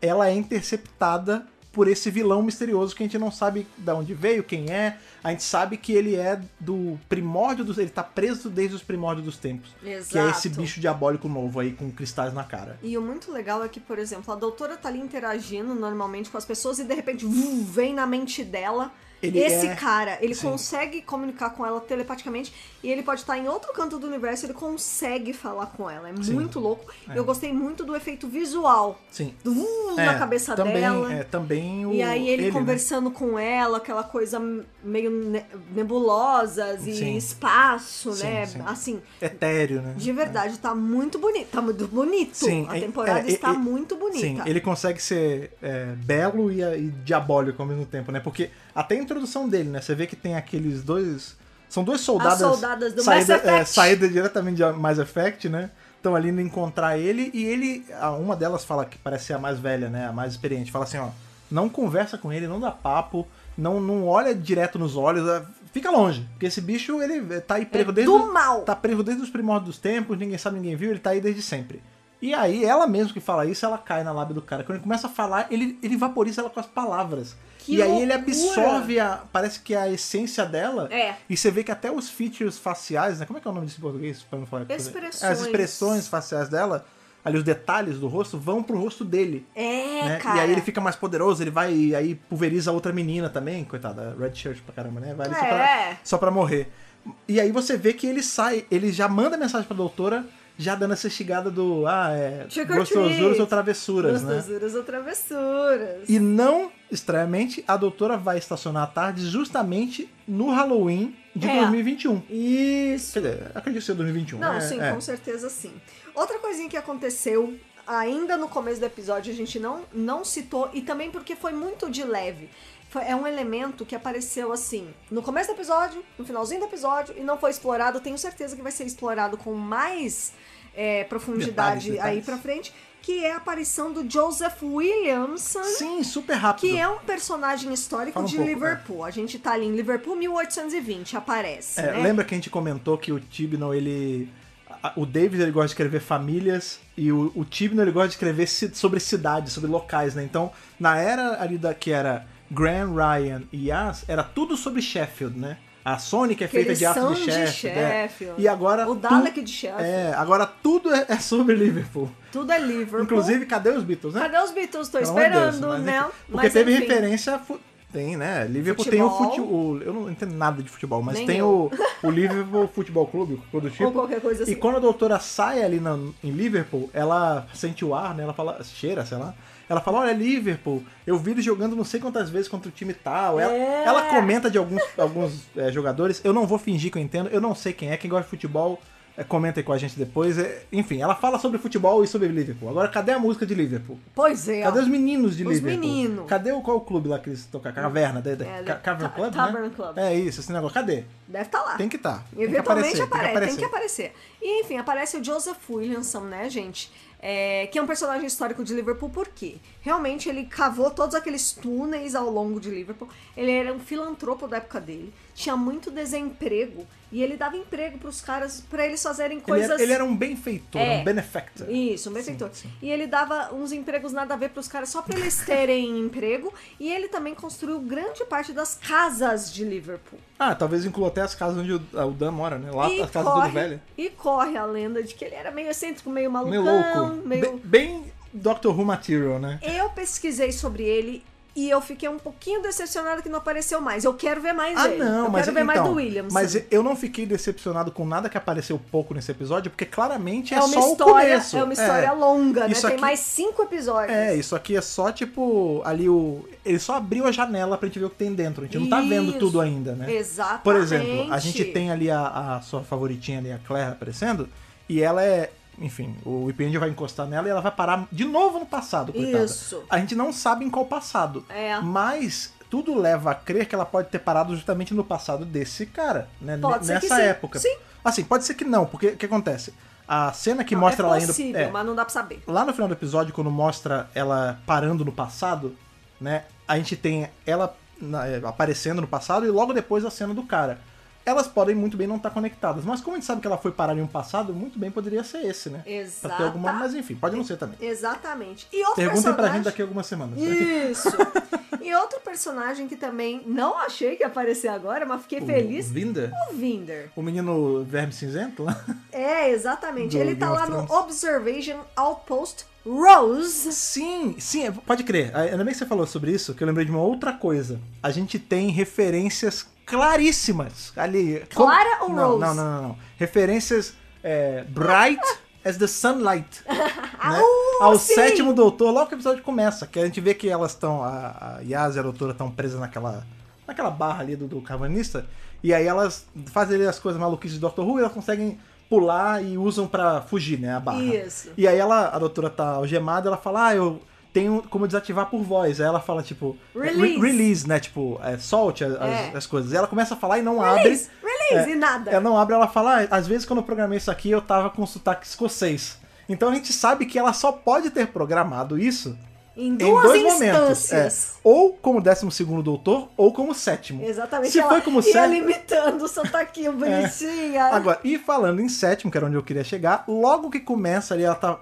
S1: ela é interceptada por esse vilão misterioso que a gente não sabe de onde veio, quem é. A gente sabe que ele é do primórdio dos. Ele tá preso desde os primórdios dos tempos.
S2: Exato.
S1: Que é esse bicho diabólico novo aí com cristais na cara.
S2: E o muito legal é que, por exemplo, a doutora tá ali interagindo normalmente com as pessoas e de repente vu, vem na mente dela
S1: Ele
S2: esse
S1: é-
S2: cara. Ele
S1: Sim.
S2: consegue comunicar com ela telepaticamente e ele pode estar em outro canto do universo ele consegue falar com ela. É
S1: Sim. É.
S2: muito louco. Eu gostei muito do efeito visual
S1: Sim.
S2: do vu na
S1: É,
S2: cabeça
S1: também,
S2: dela.
S1: É, também o.
S2: E aí ele,
S1: né?
S2: conversando com ela, aquela coisa meio ne- nebulosas e
S1: Sim.
S2: espaço,
S1: Sim,
S2: né?
S1: sim.
S2: Assim,
S1: Etéreo, né?
S2: de verdade, tá muito bonito. Tá muito bonito.
S1: Sim,
S2: a
S1: é-
S2: temporada
S1: é,
S2: está
S1: é,
S2: muito
S1: Sim,
S2: bonita.
S1: ele consegue ser é, belo e, e diabólico ao mesmo tempo, né? Porque até a introdução dele, né? Você vê que tem aqueles dois. São dois soldadas.
S2: soldadas do
S1: saída,
S2: Mass Effect.
S1: é, saída diretamente de Mass Effect, né? Estão ali indo encontrar ele e ele. a- Uma delas fala que parece ser a mais velha, né? A mais experiente. Fala assim, ó. Não conversa com ele, não dá papo, não, não olha direto nos olhos, é, fica longe. Porque esse bicho, ele tá aí preso desde. o-
S2: É do mal.
S1: tá preso desde os primórdios dos tempos, ninguém sabe, ninguém viu, ele tá aí desde sempre. E aí, ela mesmo que fala isso, ela cai na lábia do cara. Quando ele começa a falar, ele, ele vaporiza ela com as palavras.
S2: Que
S1: e aí ele
S2: loucura!
S1: absorve a. Parece que é a essência dela.
S2: É.
S1: E você vê que até os features faciais, né? Como é que é o nome disso em português? Pra não falar É,
S2: Expressões.
S1: As expressões faciais dela, ali os detalhes do rosto, vão pro rosto dele.
S2: É,
S1: né?
S2: cara.
S1: E aí ele fica mais poderoso, ele vai e aí pulveriza outra menina também, coitada, red shirt pra caramba, né? Vai ali só, pra,
S2: É.
S1: só pra morrer. E aí você vê que ele sai, ele já manda mensagem pra doutora, já dando essa xingada do, ah, é,
S2: Trick or
S1: gostosuras
S2: treat.
S1: ou travessuras, né?
S2: Gostosuras ou travessuras.
S1: E não, estranhamente, a doutora vai estacionar à tarde justamente no Halloween de
S2: É.
S1: 2021.
S2: Isso.
S1: Quer dizer, acredito que seja 2021,
S2: Não,
S1: né?
S2: sim,
S1: É.
S2: com certeza sim. Outra coisinha que aconteceu ainda no começo do episódio, a gente não, não citou, e também porque foi muito de leve. Foi- é um elemento que apareceu assim, no começo do episódio, no finalzinho do episódio, e não foi explorado. Tenho certeza que vai ser explorado com mais é,
S1: Detalhes,
S2: profundidade
S1: detalhes.
S2: aí pra frente, que é a aparição do Joseph Williamson.
S1: Sim, super rápido.
S2: Que é um personagem histórico
S1: Fala um
S2: de
S1: pouco,
S2: Liverpool. A gente tá ali em Liverpool 1820, aparece.
S1: É,
S2: né?
S1: Lembra que a gente comentou que o Tibno, ele. a- O Davis ele gosta de escrever famílias e o, o Tibno ele gosta de escrever ci- sobre cidades, sobre locais, né? Então, na era ali da que era Grand Ryan e Yas, era tudo sobre Sheffield, né? A Sonic é
S2: Que
S1: feita
S2: eles
S1: de aço
S2: são
S1: de
S2: de
S1: Sheffield. é.
S2: Sheffield.
S1: E agora.
S2: O
S1: tu-
S2: Dalek de Sheffield.
S1: É, agora tudo é, é sobre Liverpool.
S2: Tudo é Liverpool.
S1: Inclusive, cadê os Beatles, né?
S2: Cadê os Beatles? Tô
S1: Pelo amor de Deus,
S2: esperando,
S1: mas
S2: né?
S1: enfim. Porque
S2: Mas,
S1: teve
S2: enfim.
S1: referência. a fu- Tem, né? Liverpool tem o
S2: Futebol.
S1: futebol. Eu não entendo nada de futebol, mas
S2: Nem
S1: tem o,
S2: eu.
S1: o Liverpool Futebol Clube, coisa do tipo.
S2: Ou qualquer coisa assim.
S1: E quando a doutora sai ali na- em Liverpool, ela sente o ar, né? Ela fala, cheira, sei lá. Ela fala, olha, Liverpool, eu vi ele jogando não sei quantas vezes contra o time tal. Ela,
S2: É.
S1: ela comenta de alguns, alguns é, jogadores. Eu não vou fingir que eu entendo. Eu não sei quem é. Quem gosta de futebol, é, comenta aí com a gente depois. É, enfim, ela fala sobre futebol e sobre Liverpool. Agora, cadê a música de Liverpool?
S2: Pois é. ó.
S1: Cadê os meninos de
S2: Os
S1: Liverpool?
S2: meninos.
S1: Cadê o, qual o clube lá que eles tocam? Caverna? Da, da,
S2: É,
S1: Ca- Cavern
S2: Ta-
S1: Club, né?
S2: Tavern Club.
S1: É isso, esse negócio. Cadê?
S2: Deve estar tá lá.
S1: Tem que estar.
S2: Eventualmente aparece, tem que aparecer. E enfim, aparece o Joseph Williamson, né, gente? É, que é um personagem histórico de Liverpool, por quê? Realmente ele cavou todos aqueles túneis ao longo de Liverpool. Ele era um filantropo da época dele, tinha muito desemprego e ele dava emprego pros caras, pra eles fazerem
S1: Ele
S2: coisas.
S1: era, ele era um benfeitor,
S2: É.
S1: um benefactor.
S2: Isso, um benfeitor. E ele dava uns empregos nada a ver pros caras só pra eles terem emprego. E ele também construiu grande parte das casas de Liverpool.
S1: Ah, talvez inclua até as casas onde o, o Dan mora, né? Lá
S2: e,
S1: as casas
S2: corre,
S1: do velho.
S2: e corre a lenda de que ele era meio excêntrico, meio malucão,
S1: Meio louco.
S2: meio.
S1: Be- Bem Doctor Who material, né?
S2: Eu pesquisei sobre ele e eu fiquei um pouquinho decepcionada que não apareceu mais. Eu quero ver mais
S1: Ah,
S2: dele.
S1: não,
S2: eu
S1: mas
S2: quero ver mais
S1: então,
S2: do Williams.
S1: Mas eu não fiquei decepcionado com nada que apareceu pouco nesse episódio, porque claramente é,
S2: é uma
S1: só o
S2: história,
S1: começo.
S2: é uma história longa, né?
S1: Isso
S2: Tem
S1: aqui-
S2: mais cinco episódios.
S1: É, isso aqui é só tipo ali o. Ele só abriu a janela pra gente ver o que tem dentro. A gente não tá vendo
S2: Isso.
S1: tudo ainda, né?
S2: Exatamente.
S1: um Por exemplo, a gente tem ali a, a sua favoritinha ali, a Claire, aparecendo, e ela é enfim, o IP Angel vai encostar nela e ela vai parar de novo no passado, coitada.
S2: Isso.
S1: A gente não sabe em qual passado.
S2: É.
S1: Mas tudo leva a crer que ela pode ter parado justamente no passado desse cara, né?
S2: Pode
S1: Ne-
S2: ser que
S1: Nessa
S2: sim.
S1: época.
S2: Sim.
S1: Assim, pode ser que não, porque o que acontece? A cena que
S2: Não,
S1: mostra
S2: é
S1: ela
S2: possível,
S1: indo. é,
S2: mas não dá pra saber.
S1: lá no final do episódio, quando mostra ela parando no passado, né? A gente tem ela na- é, aparecendo no passado e logo depois a cena do cara. Elas podem muito bem não estar conectadas, mas como a gente sabe que ela foi parar em um passado, muito bem poderia ser esse, né? Pra ter
S2: Exata...
S1: alguma, mas enfim, pode não ser também.
S2: Exatamente. E outro
S1: Perguntem pra
S2: personagem...
S1: gente daqui a algumas semanas. né?
S2: Isso. e outro personagem que também não achei que ia aparecer agora, mas fiquei feliz.
S1: O Vinda?
S2: O Vinder.
S1: O menino verme cinzento lá?
S2: É, exatamente.
S1: Do
S2: Ele tá
S1: Game
S2: lá
S1: of
S2: no
S1: Thrones.
S2: Observation Outpost Rose.
S1: Sim, sim, é- pode crer. Ah, Ainda bem que você falou sobre isso, que eu lembrei de uma outra coisa. A gente tem referências claríssimas ali. como-
S2: Clara ou
S1: não,
S2: Rose?
S1: Não, não, não, não. Referências é, bright as the sunlight. né?
S2: Au,
S1: Ao
S2: Ah, uh, sim!
S1: sétimo doutor, logo que o episódio começa, que a gente vê que elas estão, a, a Yas e a doutora estão presas naquela, naquela barra ali do, do carvanista, e aí elas fazem ali as coisas maluquices do Dr. Who e elas conseguem pular e usam pra fugir, né, a barra.
S2: Isso.
S1: E aí ela, a doutora tá algemada, ela fala, ah, eu tenho como desativar por voz. Aí ela fala, tipo,
S2: Release.
S1: "Re- release né? Tipo, é, solte as,
S2: É.
S1: as coisas. E ela começa a falar e não
S2: Release,
S1: abre.
S2: release,
S1: É,
S2: e nada.
S1: Ela não abre, ela fala, ah, às vezes quando eu programei isso aqui, eu tava com sotaque escocês. Então a gente sabe que ela só pode ter programado isso
S2: Em
S1: em
S2: duas
S1: dois momentos. é.
S2: instâncias.
S1: ou como décimo segundo doutor, ou como sétimo.
S2: Exatamente.
S1: é. Se
S2: ela
S1: foi como
S2: ia
S1: sério-
S2: limitando o sotaquinho bonitinha.
S1: Agora, e falando em sétimo, que era onde eu queria chegar, logo que começa ali, ela tá.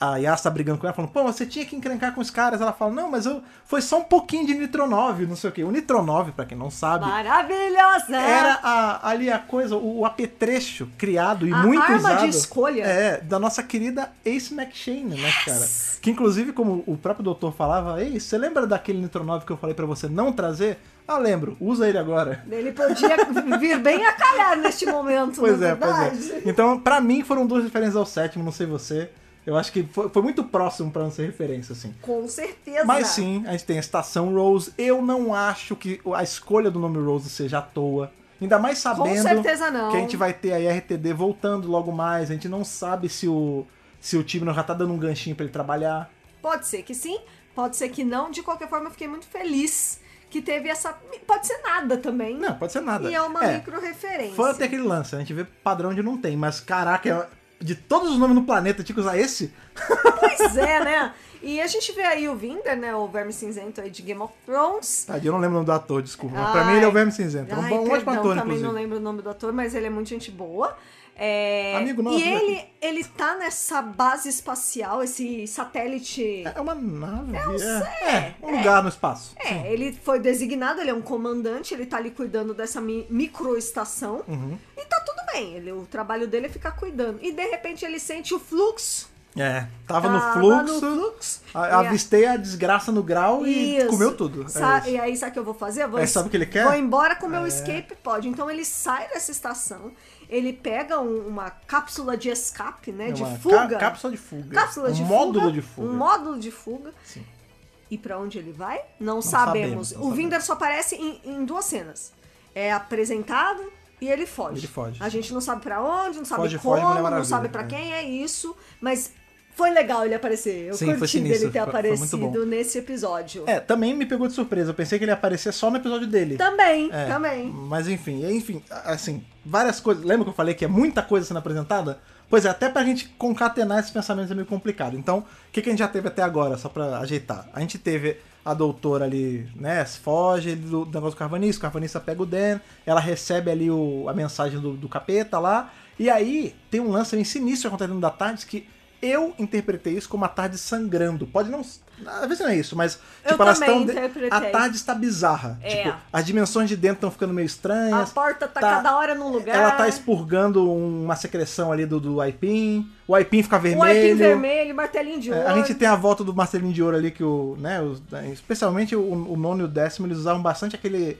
S1: A Yas tá brigando com ela, falando, pô, mas você tinha que encrencar com os caras. Ela fala, não, mas eu foi só um pouquinho de Nitronove, não sei o quê. O Nitronove, pra quem não sabe,
S2: Maravilhosa!
S1: era a- ali a coisa, o, o apetrecho criado e
S2: É. A
S1: muito
S2: arma
S1: usado.
S2: de escolha.
S1: É, da nossa querida Ace McShane, né, cara? Que inclusive, como o próprio doutor falava, ei, você lembra daquele Nitronove que eu falei pra você não trazer? Ah, lembro, usa ele agora.
S2: Ele podia vir bem a calhar neste momento,
S1: Pois
S2: na
S1: é,
S2: verdade.
S1: pois é. Então, pra mim, foram duas referências ao sétimo, não sei você. Eu acho que foi, foi muito próximo pra não ser referência, assim.
S2: Com certeza.
S1: Mas sim, a gente tem a estação Rose. Eu não acho que a escolha do nome Rose seja à toa. Ainda mais sabendo
S2: certeza não.
S1: que a gente vai ter aí a RTD voltando logo mais. A gente não sabe se o, se o time não já tá dando um ganchinho pra ele trabalhar.
S2: Pode ser que sim, pode ser que não. De qualquer forma, eu fiquei muito feliz que teve essa. Pode ser nada também.
S1: Não, pode ser nada.
S2: E é uma
S1: é,
S2: micro referência.
S1: Fora tem aquele lance, a gente vê padrão de não tem, mas caraca, é- de todos os nomes no planeta, tinha que usar esse?
S2: Pois é, né? E a gente vê aí o Vinder, né? O Verme Cinzento aí de Game of Thrones.
S1: Tadinho, eu não lembro o nome do ator, desculpa. Mas pra
S2: Ai.
S1: mim ele é o Verme Cinzento. É um
S2: Ai,
S1: bom, um ótimo
S2: perdão,
S1: ator,
S2: também
S1: inclusive.
S2: não lembro o nome do ator, mas ele é muito gente boa. É,
S1: Amigo nosso,
S2: E
S1: né?
S2: ele, ele tá nessa base espacial, esse satélite.
S1: É uma nave. É, é, um lugar no espaço. Sim.
S2: É, ele foi designado, ele é um comandante, ele tá ali cuidando dessa mi- microestação.
S1: Uhum.
S2: E tá tudo bem, ele, o trabalho dele é ficar cuidando. E de repente ele sente o fluxo.
S1: É, tava no
S2: Tava
S1: fluxo,
S2: no fluxo,
S1: a-
S2: e a-
S1: avistei a desgraça no grau e
S2: Isso.
S1: comeu tudo. É
S2: Sa-
S1: isso.
S2: e aí, sabe o que eu vou fazer? Eu vou
S1: Aí
S2: es-
S1: sabe o que ele quer?
S2: Vou embora com o meu
S1: É.
S2: escape pod. Então ele sai dessa estação, ele pega um- uma cápsula de escape, né?
S1: É
S2: de
S1: uma ca-
S2: fuga.
S1: cápsula de fuga.
S2: Cápsula de
S1: um módulo
S2: fuga,
S1: de fuga.
S2: Um módulo de fuga.
S1: Sim.
S2: E pra onde ele vai? Não, sabemos.
S1: sabemos, não
S2: O Vinder só aparece em, em duas cenas. É apresentado e ele foge.
S1: Ele foge.
S2: A gente não sabe pra onde, não sabe
S1: Foge,
S2: como,
S1: foge, Mulher
S2: não
S1: Maravilha,
S2: sabe pra
S1: é.
S2: quem é isso, mas foi legal ele aparecer. Eu
S1: Sim, foi
S2: curti
S1: sinistro,
S2: dele ter
S1: foi- foi muito
S2: aparecido
S1: bom.
S2: nesse episódio.
S1: É, também me pegou de surpresa. Eu pensei que ele ia aparecer só no episódio dele.
S2: Também,
S1: É,
S2: também.
S1: Mas enfim, é, enfim, a- assim, várias coisas. Lembra que eu falei que é muita coisa sendo apresentada? Pois é, até pra gente concatenar esses pensamentos é meio complicado. Então, o que, que a gente já teve até agora, só pra ajeitar? A gente teve a doutora ali, né, foge do, do negócio do carvanista, o carvanista pega o Dan, ela recebe ali o- a mensagem do, do capeta lá, e aí tem um lance bem sinistro acontecendo da tarde que eu interpretei isso como a tarde sangrando. Pode não... Às vezes não é isso, mas...
S2: Eu
S1: elas
S2: também
S1: tão de- A
S2: interpretei.
S1: tarde cidade está bizarra.
S2: É.
S1: Tipo, as dimensões de dentro estão ficando meio
S2: A
S1: estranhas.
S2: porta
S1: tá-
S2: tá, cada hora num lugar.
S1: Ela tá expurgando uma secreção ali do, do Aipim. O Aipim fica vermelho.
S2: O arpim vermelho, martelinho de
S1: É,
S2: ouro.
S1: a gente tem a volta do Marcelinho de Ouro ali, que o. Né, os- especialmente o, o nono e o décimo, eles usavam bastante aquele.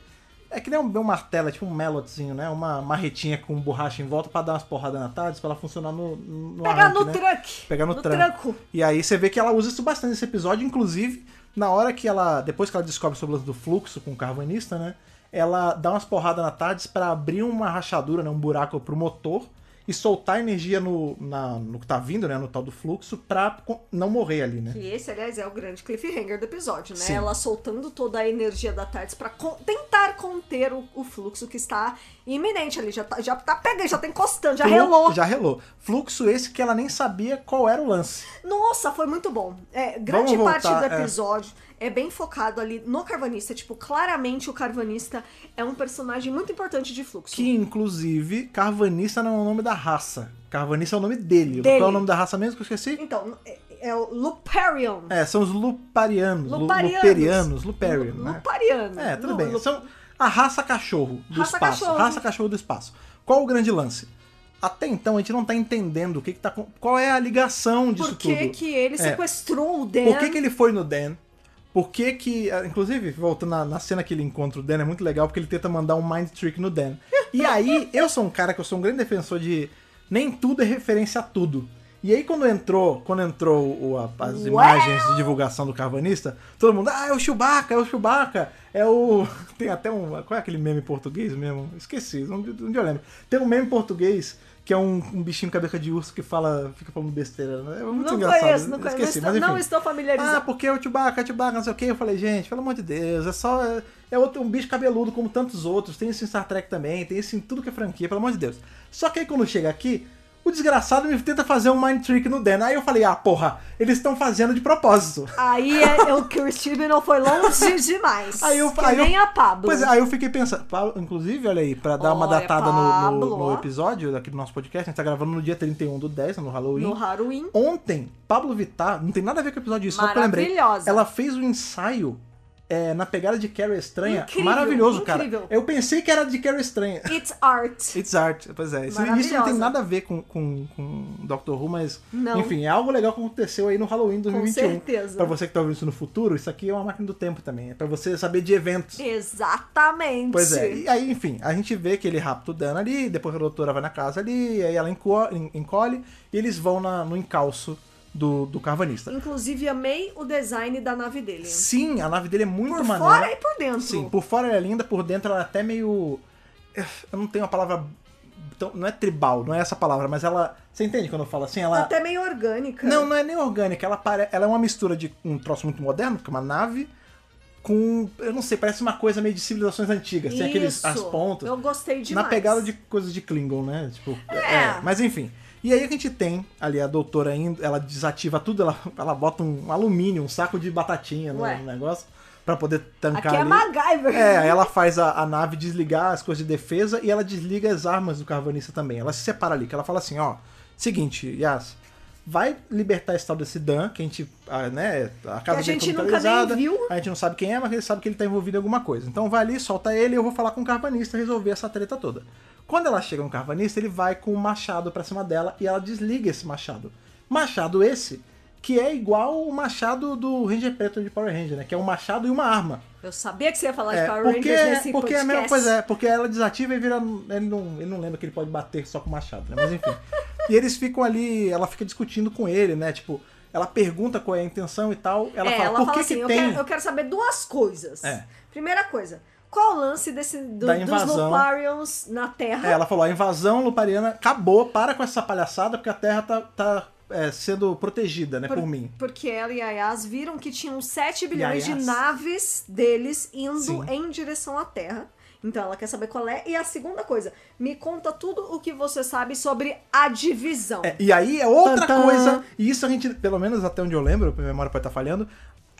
S1: É que nem um, um martelo, é tipo um melotzinho, né? Uma marretinha com borracha em volta pra dar umas porradas na tarde, pra ela funcionar no. no
S2: Pegar no
S1: arranque, né?
S2: truck.
S1: Pegar no,
S2: no
S1: tranco.
S2: tranco.
S1: E aí você vê que ela usa isso bastante nesse episódio, inclusive na hora que ela. Depois que ela descobre sobre o lance do fluxo com o carvanista, né? Ela dá umas porradas na Tardis pra abrir uma rachadura, né, um buraco pro motor. e soltar energia no, na- no que tá vindo, né? No tal do fluxo, pra co- não morrer ali, né?
S2: Que esse, aliás, é o grande cliffhanger do episódio, né?
S1: Sim.
S2: Ela soltando toda a energia da Tardes pra con- tentar conter o, o fluxo que está iminente ali. Já tá, já tá pegando, já tá encostando, já
S1: Flu-
S2: relou.
S1: Já relou. Fluxo esse que ela nem sabia qual era o lance.
S2: Nossa, foi muito bom. É, grande
S1: Vamos
S2: parte
S1: voltar,
S2: do
S1: é.
S2: episódio é. bem focado ali no Carvanista. Tipo, claramente o Carvanista é um personagem muito importante de fluxo.
S1: Que, inclusive, Carvanista não é o nome da raça. Carvanista é o nome dele.
S2: Dele.
S1: Qual é o nome da raça mesmo que eu esqueci?
S2: Então, é, é o Luparion.
S1: É, são os Luparianos. Lu-
S2: Luparianos.
S1: Luperianos. Luperian,
S2: Lu-
S1: né?
S2: Lupariano.
S1: É, tudo
S2: Lu-
S1: bem.
S2: Lu-
S1: São a raça cachorro do
S2: Raça
S1: espaço.
S2: cachorro.
S1: Raça cachorro do espaço. Qual o grande lance? Até então a gente não tá entendendo o que, que tá. com- Qual é a ligação disso
S2: Por que,
S1: tudo?
S2: que ele sequestrou o Dan?
S1: Por que, é que ele foi no Dan? Por que que. ah, Inclusive, voltando na, na cena que ele encontra o Dan, é muito legal porque ele tenta mandar um mind trick no Dan. E aí, eu sou um cara que eu sou um grande defensor de. Nem tudo é referência a tudo. E aí, quando entrou, quando entrou o- a- as
S2: Uau!
S1: imagens de divulgação do Carvanista, todo mundo, ah, é o Chewbacca, é o Chewbacca, é o. Tem até um. Qual é aquele meme português mesmo? Esqueci, um dia um dia eu lembro. Tem um meme português que é um, um bichinho cabeça de urso que fala. fica falando besteira. né? É muito
S2: não
S1: engraçado.
S2: conheço, não conheço.
S1: Esqueci,
S2: não,
S1: mas
S2: estou,
S1: enfim.
S2: não estou
S1: Ah,
S2: familiarizado.
S1: porque é o Chewbacca, é o Chewbacca, não sei o que. Eu falei, gente, pelo amor de Deus, é só. É outro, um bicho cabeludo como tantos outros. Tem isso em Star Trek também, tem isso em tudo que é franquia, pelo amor de Deus. Só que aí quando chega aqui, o desgraçado me tenta fazer um mind trick no Dan. Aí eu falei, ah, porra, eles estão fazendo de propósito.
S2: Aí é, é o que o Steve não foi longe demais.
S1: Aí eu-
S2: que
S1: aí eu-
S2: nem a Pablo.
S1: Pois é, aí eu fiquei pensando. Paulo, inclusive, olha aí, pra dar uma
S2: Olha,
S1: datada no- no,
S2: Pablo,
S1: no
S2: ó.
S1: episódio aqui do nosso podcast, a gente tá gravando no dia 31 do 10, no Halloween.
S2: No Halloween.
S1: Ontem, Pablo Vittar, não tem nada a ver com o episódio disso, só que eu lembrei.
S2: Maravilhosa.
S1: Ela fez um ensaio é, na pegada de Carrie Estranha.
S2: Incrível,
S1: Maravilhoso,
S2: incrível.
S1: cara. Eu pensei que era de Carrie Estranha.
S2: It's art.
S1: It's art, pois é. Isso, isso não
S2: Maravilhosa.
S1: tem nada a ver com, com, com Doctor Who, mas.
S2: Não.
S1: Enfim, é algo legal que aconteceu aí no Halloween
S2: Com
S1: 2021. Pra
S2: certeza.
S1: você que tá ouvindo isso no futuro, isso aqui é uma máquina do tempo também. É pra você saber de eventos.
S2: Exatamente.
S1: Pois é, e aí, enfim, a gente vê que ele rapta o Dan ali, depois a doutora vai na casa ali, aí ela enco- en- encolhe, e eles vão na- no encalço do, do carvanista.
S2: Inclusive, amei o design da nave dele.
S1: Sim, a nave dele é muito
S2: por
S1: maneira.
S2: fora e por dentro.
S1: Sim, por fora ela é linda, por dentro ela é até meio. eh, Eu não tenho a palavra. tão- Não é tribal, não é essa palavra, mas ela. Você entende quando eu falo assim? Ela.
S2: Até meio orgânica.
S1: Não, não é nem orgânica, ela, pare... ela é uma mistura de um troço muito moderno, que é uma nave, com. Eu não sei, parece uma coisa meio de civilizações antigas, tem aqueles
S2: Isso.
S1: as pontas.
S2: Eu gostei demais.
S1: Na pegada de coisas de Klingon, né? Tipo,
S2: É.
S1: é, Mas enfim. E aí a gente tem ali a doutora indo, ela desativa tudo, ela, ela bota um alumínio, um saco de batatinha no,
S2: Ué.
S1: no negócio pra poder tancar
S2: Aqui é
S1: ali.
S2: MacGyver.
S1: É, aí ela faz a, a nave desligar as coisas de defesa e ela desliga as armas do Carvanista também. Ela se separa ali, que ela fala assim, ó, seguinte, Yas, vai libertar esse tal desse Dan, que a gente, ah, né, a casa
S2: a
S1: dele foi
S2: gente nunca nem
S1: militarizada,
S2: viu.
S1: a gente não sabe quem é, mas ele sabe que ele tá envolvido em alguma coisa. Então vai ali, solta ele e eu vou falar com o Carvanista e resolver essa treta toda. Quando ela chega no Carvanista, ele vai com o machado pra cima dela e ela desliga esse machado. Machado esse que é igual o machado do Ranger Preto de Power Ranger, né? Que é um machado e uma arma.
S2: Eu sabia que você ia falar
S1: É,
S2: de Power
S1: porque,
S2: Rangers nesse
S1: porque é a
S2: podcast.
S1: mesma coisa, é, porque ela desativa e vira. Ele não, ele não lembra que ele pode bater só com o machado, né? Mas enfim. e eles ficam ali, ela fica discutindo com ele, né? Tipo, ela pergunta qual é a intenção e tal. Ela
S2: É,
S1: fala,
S2: ela
S1: por
S2: fala
S1: que
S2: assim,
S1: que
S2: eu,
S1: tem.
S2: Quero, eu quero saber duas coisas.
S1: É.
S2: Primeira coisa, qual o lance desse, do-
S1: Da
S2: dos
S1: invasão.
S2: Luparians na Terra?
S1: É, ela falou, a invasão lupariana acabou, para com essa palhaçada, porque a Terra tá, tá, é, sendo protegida, né, por, mim.
S2: Porque ela e a Yas viram que tinham 7 bilhões de
S1: Yas.
S2: naves deles indo
S1: Sim.
S2: em direção à Terra. Então ela quer saber qual é. E a segunda coisa, me conta tudo o que você sabe sobre a divisão.
S1: É, e aí é outra
S2: Tantã.
S1: coisa, e isso a gente, pelo menos até onde eu lembro, a memória pode estar falhando,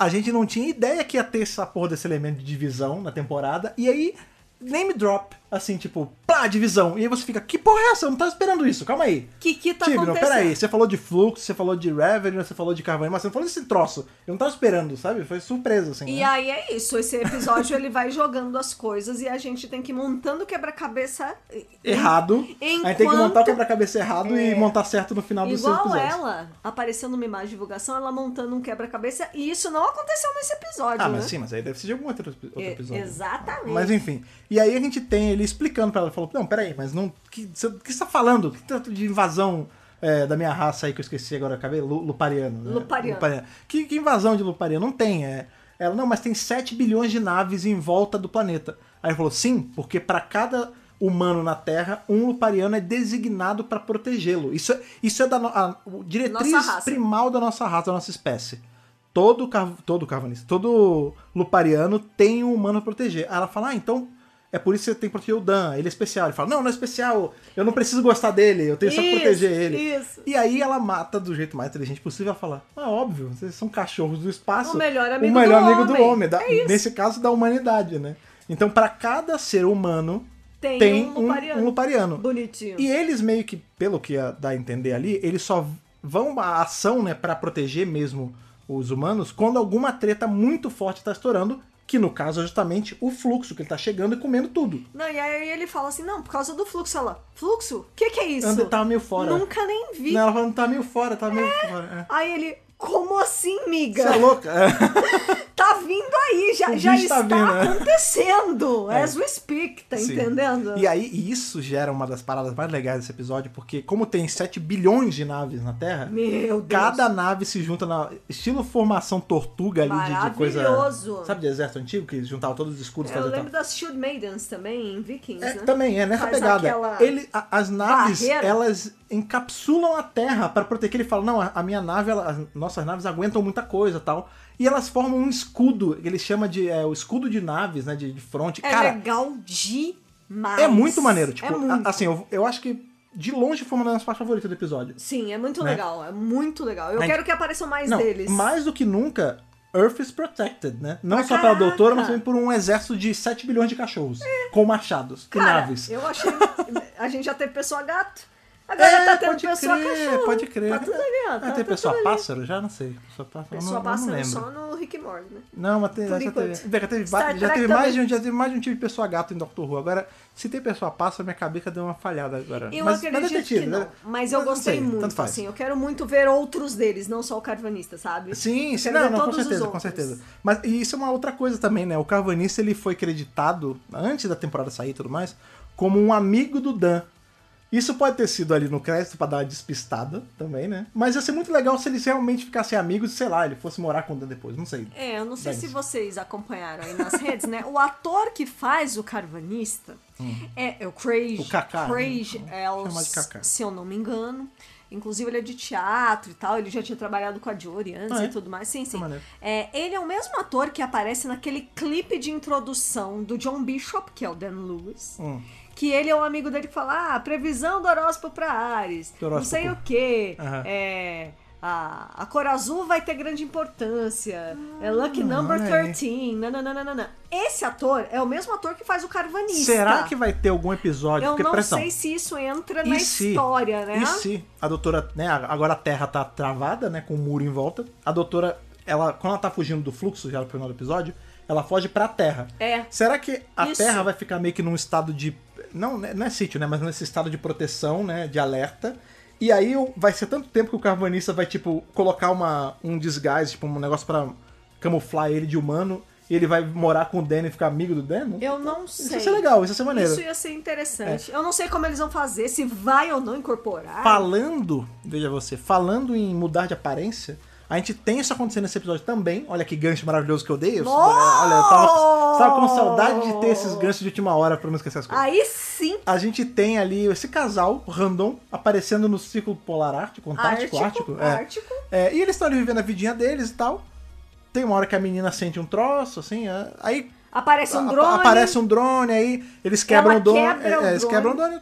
S1: a gente não tinha ideia que ia ter essa porra desse elemento de divisão na temporada, e aí, name drop, assim, tipo, pá, divisão, e aí você fica, que porra é essa? Eu não tava esperando isso, calma aí.
S2: Que que tá
S1: Tibno,
S2: acontecendo?
S1: peraí, você falou de fluxo, você falou de revenue, você falou de carvão, mas você não falou desse troço. Eu não tava esperando, sabe? Foi surpresa, assim.
S2: E
S1: né?
S2: aí é isso, esse episódio ele vai jogando as coisas e a gente tem que ir montando o quebra-cabeça
S1: errado. Aí tem que
S2: Enquanto-
S1: montar o quebra-cabeça errado e
S2: É.
S1: montar certo no final um dos seus
S2: Igual é,
S1: episódios.
S2: ela, apareceu numa imagem de divulgação, ela montando um quebra-cabeça, e isso não aconteceu nesse episódio,
S1: Ah,
S2: né?
S1: mas sim, mas aí deve ser de algum outro, outro
S2: É,
S1: episódio.
S2: exatamente.
S1: Mas enfim. E aí a gente tem ele explicando pra ela, falou, não, peraí, mas não. que- cê- O que, você tá falando? Que tanto de invasão é, da minha raça aí que eu esqueci agora, acabei? Lu- Lupariano. Né?
S2: Lupariano.
S1: Que, que invasão de Lupariano? Não tem, é. Ela, não, mas tem 7 bilhões de naves em volta do planeta. Aí ele falou, sim, porque pra cada humano na Terra, um Lupariano é designado para protegê-lo. Isso é, isso é da no- a o diretriz
S2: Nossa raça.
S1: primal da nossa raça, da nossa espécie. Todo car- todo carvanista, todo Lupariano tem um humano a proteger. Aí ela fala: "Ah, então é por isso que você tem que proteger o Dan, ele é especial". Ele fala: "Não, não é especial. Eu não preciso gostar dele, eu tenho só que
S2: Isso,
S1: proteger ele".
S2: Isso.
S1: E aí ela mata do jeito mais inteligente possível. Ela fala: "Ah, óbvio, vocês são cachorros do espaço".
S2: O melhor amigo
S1: o melhor
S2: do
S1: amigo do
S2: homem.
S1: homem, da-
S2: É isso.
S1: nesse caso da humanidade, né? Então, para cada ser humano
S2: Tem,
S1: tem
S2: um
S1: um,
S2: lupariano.
S1: um lupariano.
S2: Bonitinho.
S1: E eles meio que, pelo que a- dá a entender ali, eles só vão à ação, né, para proteger mesmo os humanos quando alguma treta muito forte tá estourando, que no caso é justamente o fluxo, que ele tá chegando e comendo tudo.
S2: Não, e aí ele fala assim, não, por causa do fluxo. Ela, fluxo? O que que é isso?
S1: Anda, tava meio fora.
S2: Nunca nem vi.
S1: Não, ela falando, tá meio fora, tá meio fora. é.
S2: Aí ele, como assim, miga?
S1: Você é louca? É.
S2: Tá vindo aí, já,
S1: O
S2: já
S1: bicho tá
S2: está
S1: vindo, né?
S2: acontecendo.
S1: É.
S2: As we speak, tá
S1: Sim.
S2: entendendo?
S1: E aí, e isso gera uma das paradas mais legais desse episódio, porque como tem 7 bilhões de naves na Terra,
S2: Meu Deus.
S1: cada nave se junta na. Estilo formação tortuga ali de, de coisa.
S2: Maravilhoso. É,
S1: Sabe de exército antigo que eles juntavam todos os escudos
S2: Eu
S1: fazer tal?
S2: lembro das Shield Maidens também, em Vikings,
S1: É,
S2: né?
S1: Também, é nessa
S2: Faz
S1: pegada.
S2: aquela
S1: Ele, a- as naves,
S2: barreira.
S1: elas encapsulam a Terra para proteger. Ele fala, não, a, a minha nave, ela- as nossas naves aguentam muita coisa tal. E elas formam um escudo, que ele chama de é, o escudo de naves, né, de, de fronte.
S2: É
S1: Cara,
S2: legal demais.
S1: é muito maneiro. Tipo,
S2: É
S1: a-
S2: muito.
S1: assim, eu, eu acho que de longe foi uma das minhas partes favoritas do episódio.
S2: Sim, é muito
S1: né?
S2: legal. É muito legal. Eu
S1: Ai,
S2: quero que apareçam mais
S1: Não,
S2: deles.
S1: mais do que nunca, Earth is protected, né? Não
S2: Ah,
S1: só pela
S2: caraca.
S1: doutora, mas também por um exército de 7 bilhões de cachorros. Com machados e
S2: Cara,
S1: naves.
S2: eu achei... A gente já teve pessoa gato. Agora
S1: É,
S2: tá tendo
S1: pode
S2: pessoa
S1: crer,
S2: cachorro.
S1: pode crer.
S2: Tá tudo ali, ó.
S1: Ah,
S2: Tá
S1: tem
S2: tudo
S1: pessoa
S2: ali.
S1: pássaro? Já não sei. Pessoa pássaro, eu
S2: Pessoa
S1: não, eu não
S2: pássaro é
S1: lembro.
S2: só no Rick and Morty, né?
S1: Não, mas tem,
S2: Por
S1: já teve,
S2: enquanto.
S1: Beca, teve
S2: Star
S1: vários- já,
S2: Trek
S1: teve mais de,
S2: também.
S1: um- já teve mais de um tipo de pessoa gato em Doctor Who. Agora, se tem pessoa pássaro, minha cabeça deu uma falhada agora.
S2: Eu
S1: mas,
S2: acredito
S1: mas deve ter tido,
S2: que é não,
S1: né?
S2: mas eu
S1: não
S2: gostei
S1: sei,
S2: muito,
S1: Tanto faz.
S2: assim, eu quero muito ver outros deles, não só o Carvanista, sabe?
S1: Sim, sim,
S2: Quero
S1: não,
S2: ver
S1: não, com
S2: todos os
S1: certeza, com
S2: outros.
S1: certeza. Mas e isso é uma outra coisa também, né? O Carvanista ele foi creditado, antes da temporada sair e tudo mais, como um amigo do Dan. Isso pode ter sido ali no crédito pra dar uma despistada também, né? Mas ia ser muito legal se eles realmente ficassem amigos e, sei lá, ele fosse morar com o Dan depois, não sei.
S2: É, eu não sei
S1: Dane-se.
S2: se vocês acompanharam aí nas redes, né? O ator que faz o Carvanista é, é o Craig.
S1: Hum. O Kaká, né?
S2: Craig
S1: Vamos chamar de
S2: Els,
S1: Kaká.
S2: se eu não me engano. Inclusive, ele é de teatro e tal, ele já tinha trabalhado com a Jory antes
S1: Ah, é?
S2: e tudo mais. Sim, sim.
S1: maneiro.
S2: É, ele é o mesmo ator que aparece naquele clipe de introdução do John Bishop, que é o Dan Lewis.
S1: Hum.
S2: Que ele é o amigo dele que fala: Ah, previsão do horóscopo pra Ares.
S1: Do
S2: Não sei o
S1: horóscopo.
S2: quê.
S1: Aham.
S2: É, a, a cor azul vai ter grande importância. é Lucky Number
S1: Ah, olha aí.
S2: 13. Nananana. Esse ator é o mesmo ator que faz o Carvanista.
S1: Será que vai ter algum episódio?
S2: É Eu
S1: Porque
S2: não
S1: pressão.
S2: sei se isso entra
S1: E
S2: na
S1: se-
S2: história, né?
S1: E se a doutora, né, agora a terra tá travada, né, com o muro em volta, a doutora, ela, quando ela tá fugindo do fluxo, já no final do episódio, ela foge pra terra.
S2: É.
S1: Será que a
S2: Isso.
S1: terra vai ficar meio que num estado de, não, né, não é sítio, né, mas nesse estado de proteção, né, de alerta, e aí o- vai ser tanto tempo que o carbonista vai, tipo, colocar uma, um disguise, tipo, um negócio pra camuflar ele de humano, e ele vai morar com o Dan e ficar amigo do Dan?
S2: Eu não
S1: Isso
S2: sei.
S1: ia ser legal, né? É. isso ia ser maneiro.
S2: Isso ia ser interessante. Eu não sei como eles vão fazer, se vai ou não incorporar.
S1: Falando, veja você, falando em mudar de aparência, a gente tem isso acontecendo nesse episódio também. Olha que gancho maravilhoso que eu dei. Eu-
S2: Nossa!
S1: Olha, eu tava, tava com saudade de ter esses ganchos de última hora pra não esquecer as coisas.
S2: Aí sim,
S1: A gente tem ali esse casal, random, aparecendo no Círculo Polar Ártico, Antártico, Um Ártico.
S2: Ártico,
S1: é.
S2: Ártico.
S1: É, e eles estão ali vivendo a vidinha deles e tal. Tem uma hora que a menina sente um troço, assim, é, aí
S2: Aparece um
S1: a-
S2: drone.
S1: Aparece um drone aí, eles quebram
S2: Ela
S1: o drone.
S2: quebra
S1: é,
S2: o
S1: é, eles
S2: drone.
S1: quebram o drone.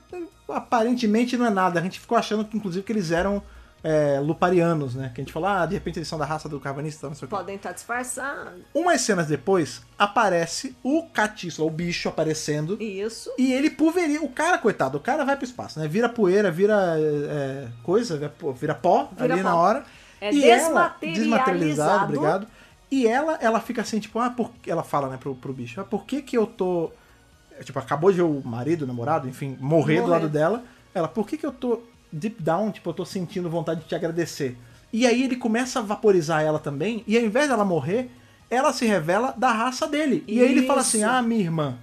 S1: Aparentemente não é nada. A gente ficou achando, que, inclusive, que eles eram é, luparianos, né? Que a gente falou, ah, de repente eles são da raça do carvanista, não sei o quê.
S2: Podem estar disfarçados.
S1: Umas cenas depois, aparece o catiço, o bicho aparecendo.
S2: Isso.
S1: E ele pulveriza. O cara, coitado, o cara vai pro espaço, né? Vira poeira, vira é, coisa, vira pó, vira pó
S2: Vira
S1: ali
S2: pó.
S1: na hora.
S2: É
S1: ela-
S2: desmaterializado.
S1: obrigado. E ela, ela fica assim, tipo, ah, por... ela fala, né, pro, pro bicho, ah, por que que eu tô. é, Tipo, acabou de ver o marido, o namorado, enfim, morrer, do
S2: Morrer.
S1: lado dela. Ela, por que que eu tô deep down, tipo, eu tô sentindo vontade de te agradecer? E aí ele começa a vaporizar ela também, e ao invés dela morrer, ela se revela da raça dele. E aí ele fala assim,
S2: Isso.
S1: ah, minha irmã,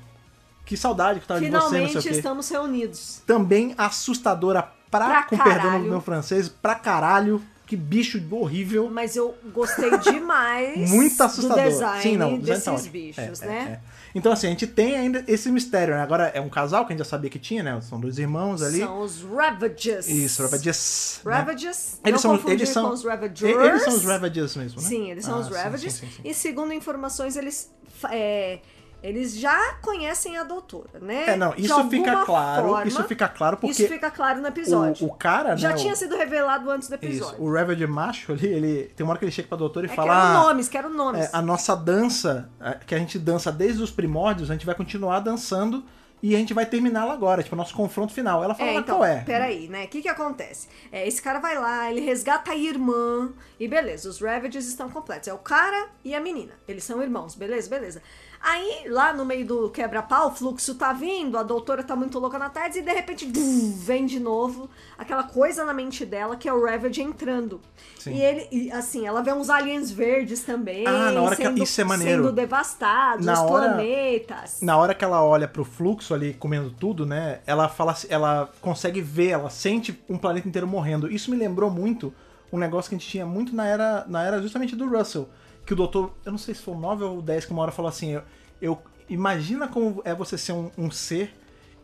S1: que saudade que eu tava de
S2: Finalmente
S1: você, não sei o quê
S2: estamos reunidos.
S1: também assustadora pra,
S2: Pra
S1: com perdão do
S2: caralho.
S1: meu francês, pra caralho. que bicho horrível.
S2: Mas eu gostei demais
S1: Muito assustador.
S2: do design
S1: Sim, não, o design
S2: desses
S1: tá ótimo.
S2: bichos,
S1: É, é,
S2: né?
S1: é. Então, assim, a gente tem ainda esse mistério, né? Agora é um casal que a gente já sabia que tinha, né? São dois irmãos ali.
S2: São os Ravages.
S1: Isso, Ravages. né?
S2: Ravages,
S1: Eles
S2: não
S1: são-
S2: confundir
S1: eles são-
S2: com os Ravagers.
S1: E- Eles são os Ravages mesmo, né?
S2: Sim, eles são
S1: Ah,
S2: os
S1: sim,
S2: Ravages.
S1: sim, sim, sim.
S2: E segundo informações, eles... é, eles já conhecem a doutora, né?
S1: É, não,
S2: De
S1: isso
S2: alguma
S1: fica claro.
S2: forma,
S1: isso fica claro porque
S2: isso fica claro no
S1: o,
S2: episódio.
S1: o cara,
S2: já
S1: né?
S2: tinha
S1: o,
S2: sido revelado antes do
S1: isso,
S2: episódio.
S1: o Ravage macho ali, ele tem uma hora que ele chega pra doutora e
S2: É,
S1: fala.
S2: quero
S1: "Ah,
S2: nomes, quero nomes.
S1: É, a nossa dança, a- que a gente dança desde os primórdios, a gente vai continuar dançando e a gente vai terminá-la agora, tipo, nosso confronto final. Ela fala,
S2: É,
S1: mas
S2: então,
S1: qual é?
S2: peraí, né? O que que acontece? É, esse cara vai lá, ele resgata a irmã, e beleza, os Ravages estão completos. É o cara e a menina. Eles são irmãos, beleza? Beleza. Aí, lá no meio do quebra-pau, o fluxo tá vindo, a doutora tá muito louca na tarde, e de repente, bum, vem de novo aquela coisa na mente dela que é o Ravage entrando.
S1: Sim.
S2: E ele, e, assim, ela vê uns aliens verdes também.
S1: Ah, na hora que-
S2: sendo,
S1: isso é maneiro.
S2: Sendo devastados,
S1: Na
S2: os
S1: hora-
S2: planetas.
S1: Na hora que ela olha pro fluxo ali, comendo tudo, né? Ela fala, assim- ela consegue ver, ela sente um planeta inteiro morrendo. Isso me lembrou muito um negócio que a gente tinha muito na era, na era justamente do Russell. Que o doutor, eu não sei se foi o 9 ou o 10, que uma hora falou assim: eu, eu- imagina como é você ser um, um ser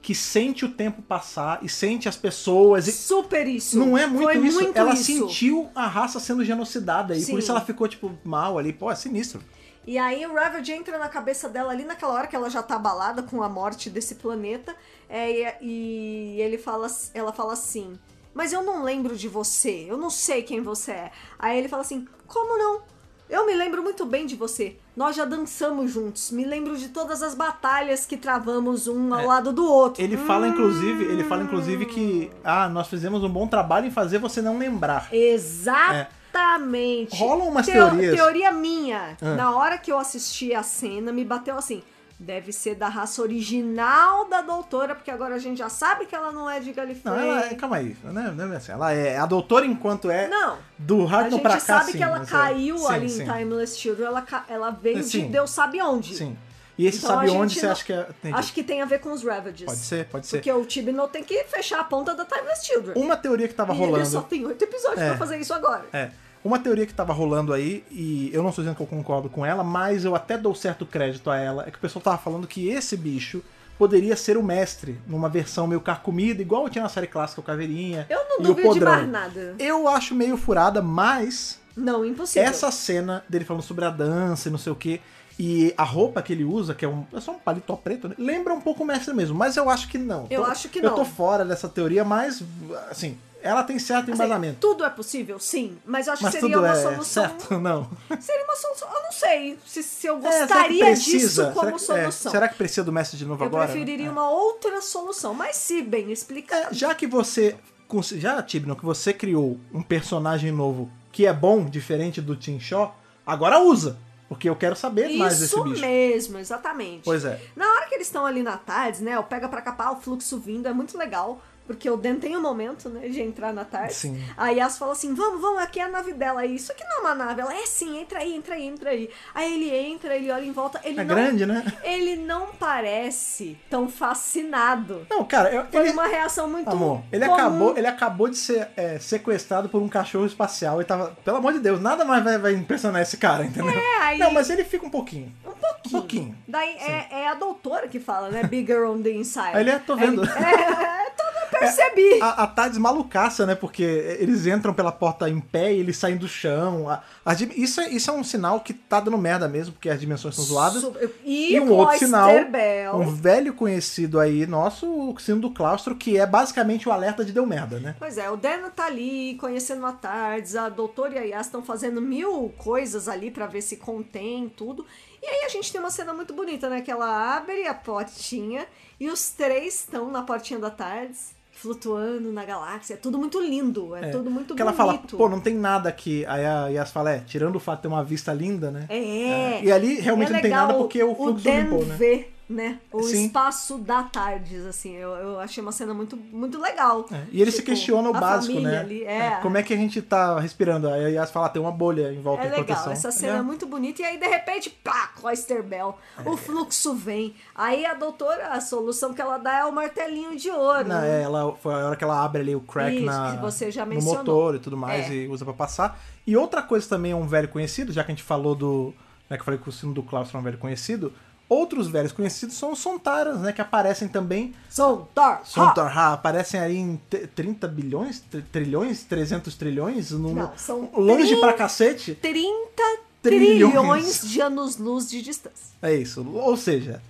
S1: que sente o tempo passar e sente as pessoas e,
S2: Super isso.
S1: Não é muito
S2: Foi
S1: isso.
S2: muito
S1: ela
S2: isso.
S1: sentiu a raça sendo genocidada e
S2: Sim.
S1: por isso ela ficou, tipo, mal ali. Pô, é sinistro.
S2: E aí o Ravage entra na cabeça dela ali naquela hora que ela já tá abalada com a morte desse planeta. é, e, e ele fala, ass- ela fala assim: Mas eu não lembro de você, eu não sei quem você é. Aí ele fala assim: Como não? Eu me lembro muito bem de você. Nós já dançamos juntos. Me lembro de todas as batalhas que travamos um ao lado do outro.
S1: É,
S2: Hum.
S1: Ele fala, inclusive, ele fala, inclusive, que. Ah, nós fizemos um bom trabalho em fazer você não lembrar.
S2: Exatamente.
S1: É. Rolam umas
S2: Teo-
S1: teorias.
S2: Teoria minha.
S1: Ah.
S2: Na hora que eu assisti a cena, me bateu assim. Deve ser da raça original da doutora, porque agora a gente já sabe que ela não é de Galifrey.
S1: Não, ela é. Calma aí. Não é, não é assim. Ela é a doutora enquanto é.
S2: Não,
S1: Do
S2: a
S1: Ragnar
S2: gente
S1: pra cá,
S2: sabe
S1: sim,
S2: que ela
S1: mas é.
S2: caiu
S1: Sim,
S2: ali
S1: sim,
S2: em Timeless Children. Ela, ca- ela veio
S1: Sim.
S2: de Deus sabe onde.
S1: Sim. E esse
S2: Então,
S1: sabe
S2: a
S1: onde
S2: gente
S1: você
S2: não-
S1: acha que é. Entendi.
S2: Acho que tem a ver com os Ravages.
S1: Pode ser, pode ser.
S2: Porque o Tibino tem que fechar a ponta da Timeless Children.
S1: Uma teoria que tava
S2: e
S1: rolando.
S2: ele só tem oito episódios
S1: É.
S2: pra fazer isso agora.
S1: É. Uma teoria que tava rolando aí, e eu não estou dizendo que eu concordo com ela, mas eu até dou certo crédito a ela, é que o pessoal tava falando que esse bicho poderia ser o mestre, numa versão meio carcomida, igual tinha na série clássica o Caveirinha.
S2: Eu não
S1: e o
S2: duvido de
S1: Podrão.
S2: mais nada.
S1: Eu acho meio furada, mas
S2: Não, impossível.
S1: essa é cena dele falando sobre a dança e não sei o que, e a roupa que ele usa, que é, um, é só um paletó preto, né? lembra um pouco o mestre mesmo, mas eu acho que não.
S2: Eu
S1: Tô-
S2: acho que
S1: Eu
S2: não.
S1: tô fora dessa teoria, mas, assim, ela tem certo
S2: Assim,
S1: embasamento.
S2: tudo é possível, sim, mas eu acho
S1: mas
S2: que seria
S1: tudo
S2: uma
S1: é
S2: solução.
S1: certo, não.
S2: Seria uma solução. Eu não sei se, se eu
S1: É, será que
S2: gostaria
S1: precisa?
S2: disso como
S1: será que, é,
S2: solução.
S1: será que precisa do mestre de novo
S2: eu
S1: agora? né?
S2: preferiria uma outra solução, mas se bem
S1: É,
S2: explicado.
S1: já que você. cons- Já, Tibno, que você criou um personagem novo que é bom, diferente do Tim Shaw, agora usa. Porque eu quero saber mais desse
S2: Isso
S1: bicho.
S2: mesmo, exatamente.
S1: Pois é.
S2: Na hora que eles estão ali na tarde, né? O pega pra capar, o fluxo vindo, é muito legal. Porque o Dan tem o momento, né, de entrar na tarde.
S1: Sim.
S2: Aí Yas fala assim: vamos, vamos, aqui é a nave dela. Aí, isso aqui não é uma nave. Ela é sim, entra aí, entra aí, entra aí. Aí ele entra, ele olha em volta, ele
S1: É
S2: não
S1: grande, né?
S2: Ele não parece tão fascinado.
S1: Não, cara, eu,
S2: Foi
S1: ele,
S2: uma reação muito.
S1: amor, ele
S2: comum.
S1: acabou, ele acabou de ser é, sequestrado por um cachorro espacial e tava. Pelo amor de Deus, nada mais vai, vai impressionar esse cara, entendeu?
S2: É, aí.
S1: Não, mas ele fica um pouquinho.
S2: Um pouquinho.
S1: Um pouquinho.
S2: Daí é, é a doutora que fala, né? Bigger on the inside.
S1: Aí ele é, tô vendo.
S2: Aí ele- É, é, tô, eu percebi.
S1: A, a Tades malucaça, né? Porque eles entram pela porta em pé e eles saem do chão. A- as dim- isso, é, isso é um sinal que tá dando merda mesmo, porque as dimensões são zoadas.
S2: Su- E,
S1: E, um outro
S2: Cloister
S1: sinal,
S2: Bell.
S1: um velho conhecido aí nosso, o sino do claustro, que é basicamente o alerta de deu merda, né?
S2: Pois é, o Dan tá ali conhecendo a Tardes, a doutora e a Yas estão fazendo mil coisas ali pra ver se contém tudo. E aí a gente tem uma cena muito bonita, né? Que ela abre a portinha e os três estão na portinha da Tardes, flutuando na galáxia. É tudo muito lindo, é, tudo muito
S1: Porque ela
S2: bonito.
S1: fala, pô, não tem nada aqui. Aí a Yas fala, é, tirando o fato de ter uma vista linda, né?
S2: É.
S1: E ali realmente
S2: é
S1: não tem
S2: legal
S1: nada porque o fluxo
S2: Dan
S1: limpou, né?
S2: vê né? O
S1: Sim.
S2: espaço da Tardes, assim. Eu, eu achei uma cena muito, muito legal.
S1: É, E ele se
S2: Tipo,
S1: questiona o
S2: a
S1: básico,
S2: família
S1: né?
S2: ali,
S1: É,
S2: é.
S1: Como é que a gente tá respirando? Aí a Yas fala, "Ah, tem uma bolha em volta
S2: É
S1: de
S2: legal,
S1: proteção.
S2: essa cena é.
S1: Né?
S2: muito bonita. E aí, de repente, pá, Cloister Bell.
S1: É.
S2: O fluxo vem. Aí a doutora, a solução que ela dá é o martelinho de ouro.
S1: Não,
S2: né?
S1: é, ela, foi a hora que ela abre ali o crack
S2: Isso,
S1: na,
S2: que você já
S1: no
S2: mencionou.
S1: motor e tudo mais
S2: É.
S1: e usa pra passar. E outra coisa também é um velho conhecido, já que a gente falou do. Né, que eu falei que o sino do Claustro é um velho conhecido. Outros velhos conhecidos são os Sontaras, né? Que aparecem também.
S2: São Thor.
S1: Sontar, ha, aparecem aí em t- 30 bilhões, tr- trilhões, 300 trilhões? No,
S2: Não, são um.
S1: longe
S2: trin-
S1: pra cacete.
S2: 30
S1: Trilhões.
S2: trilhões, de anos-luz de distância.
S1: É isso. Ou seja,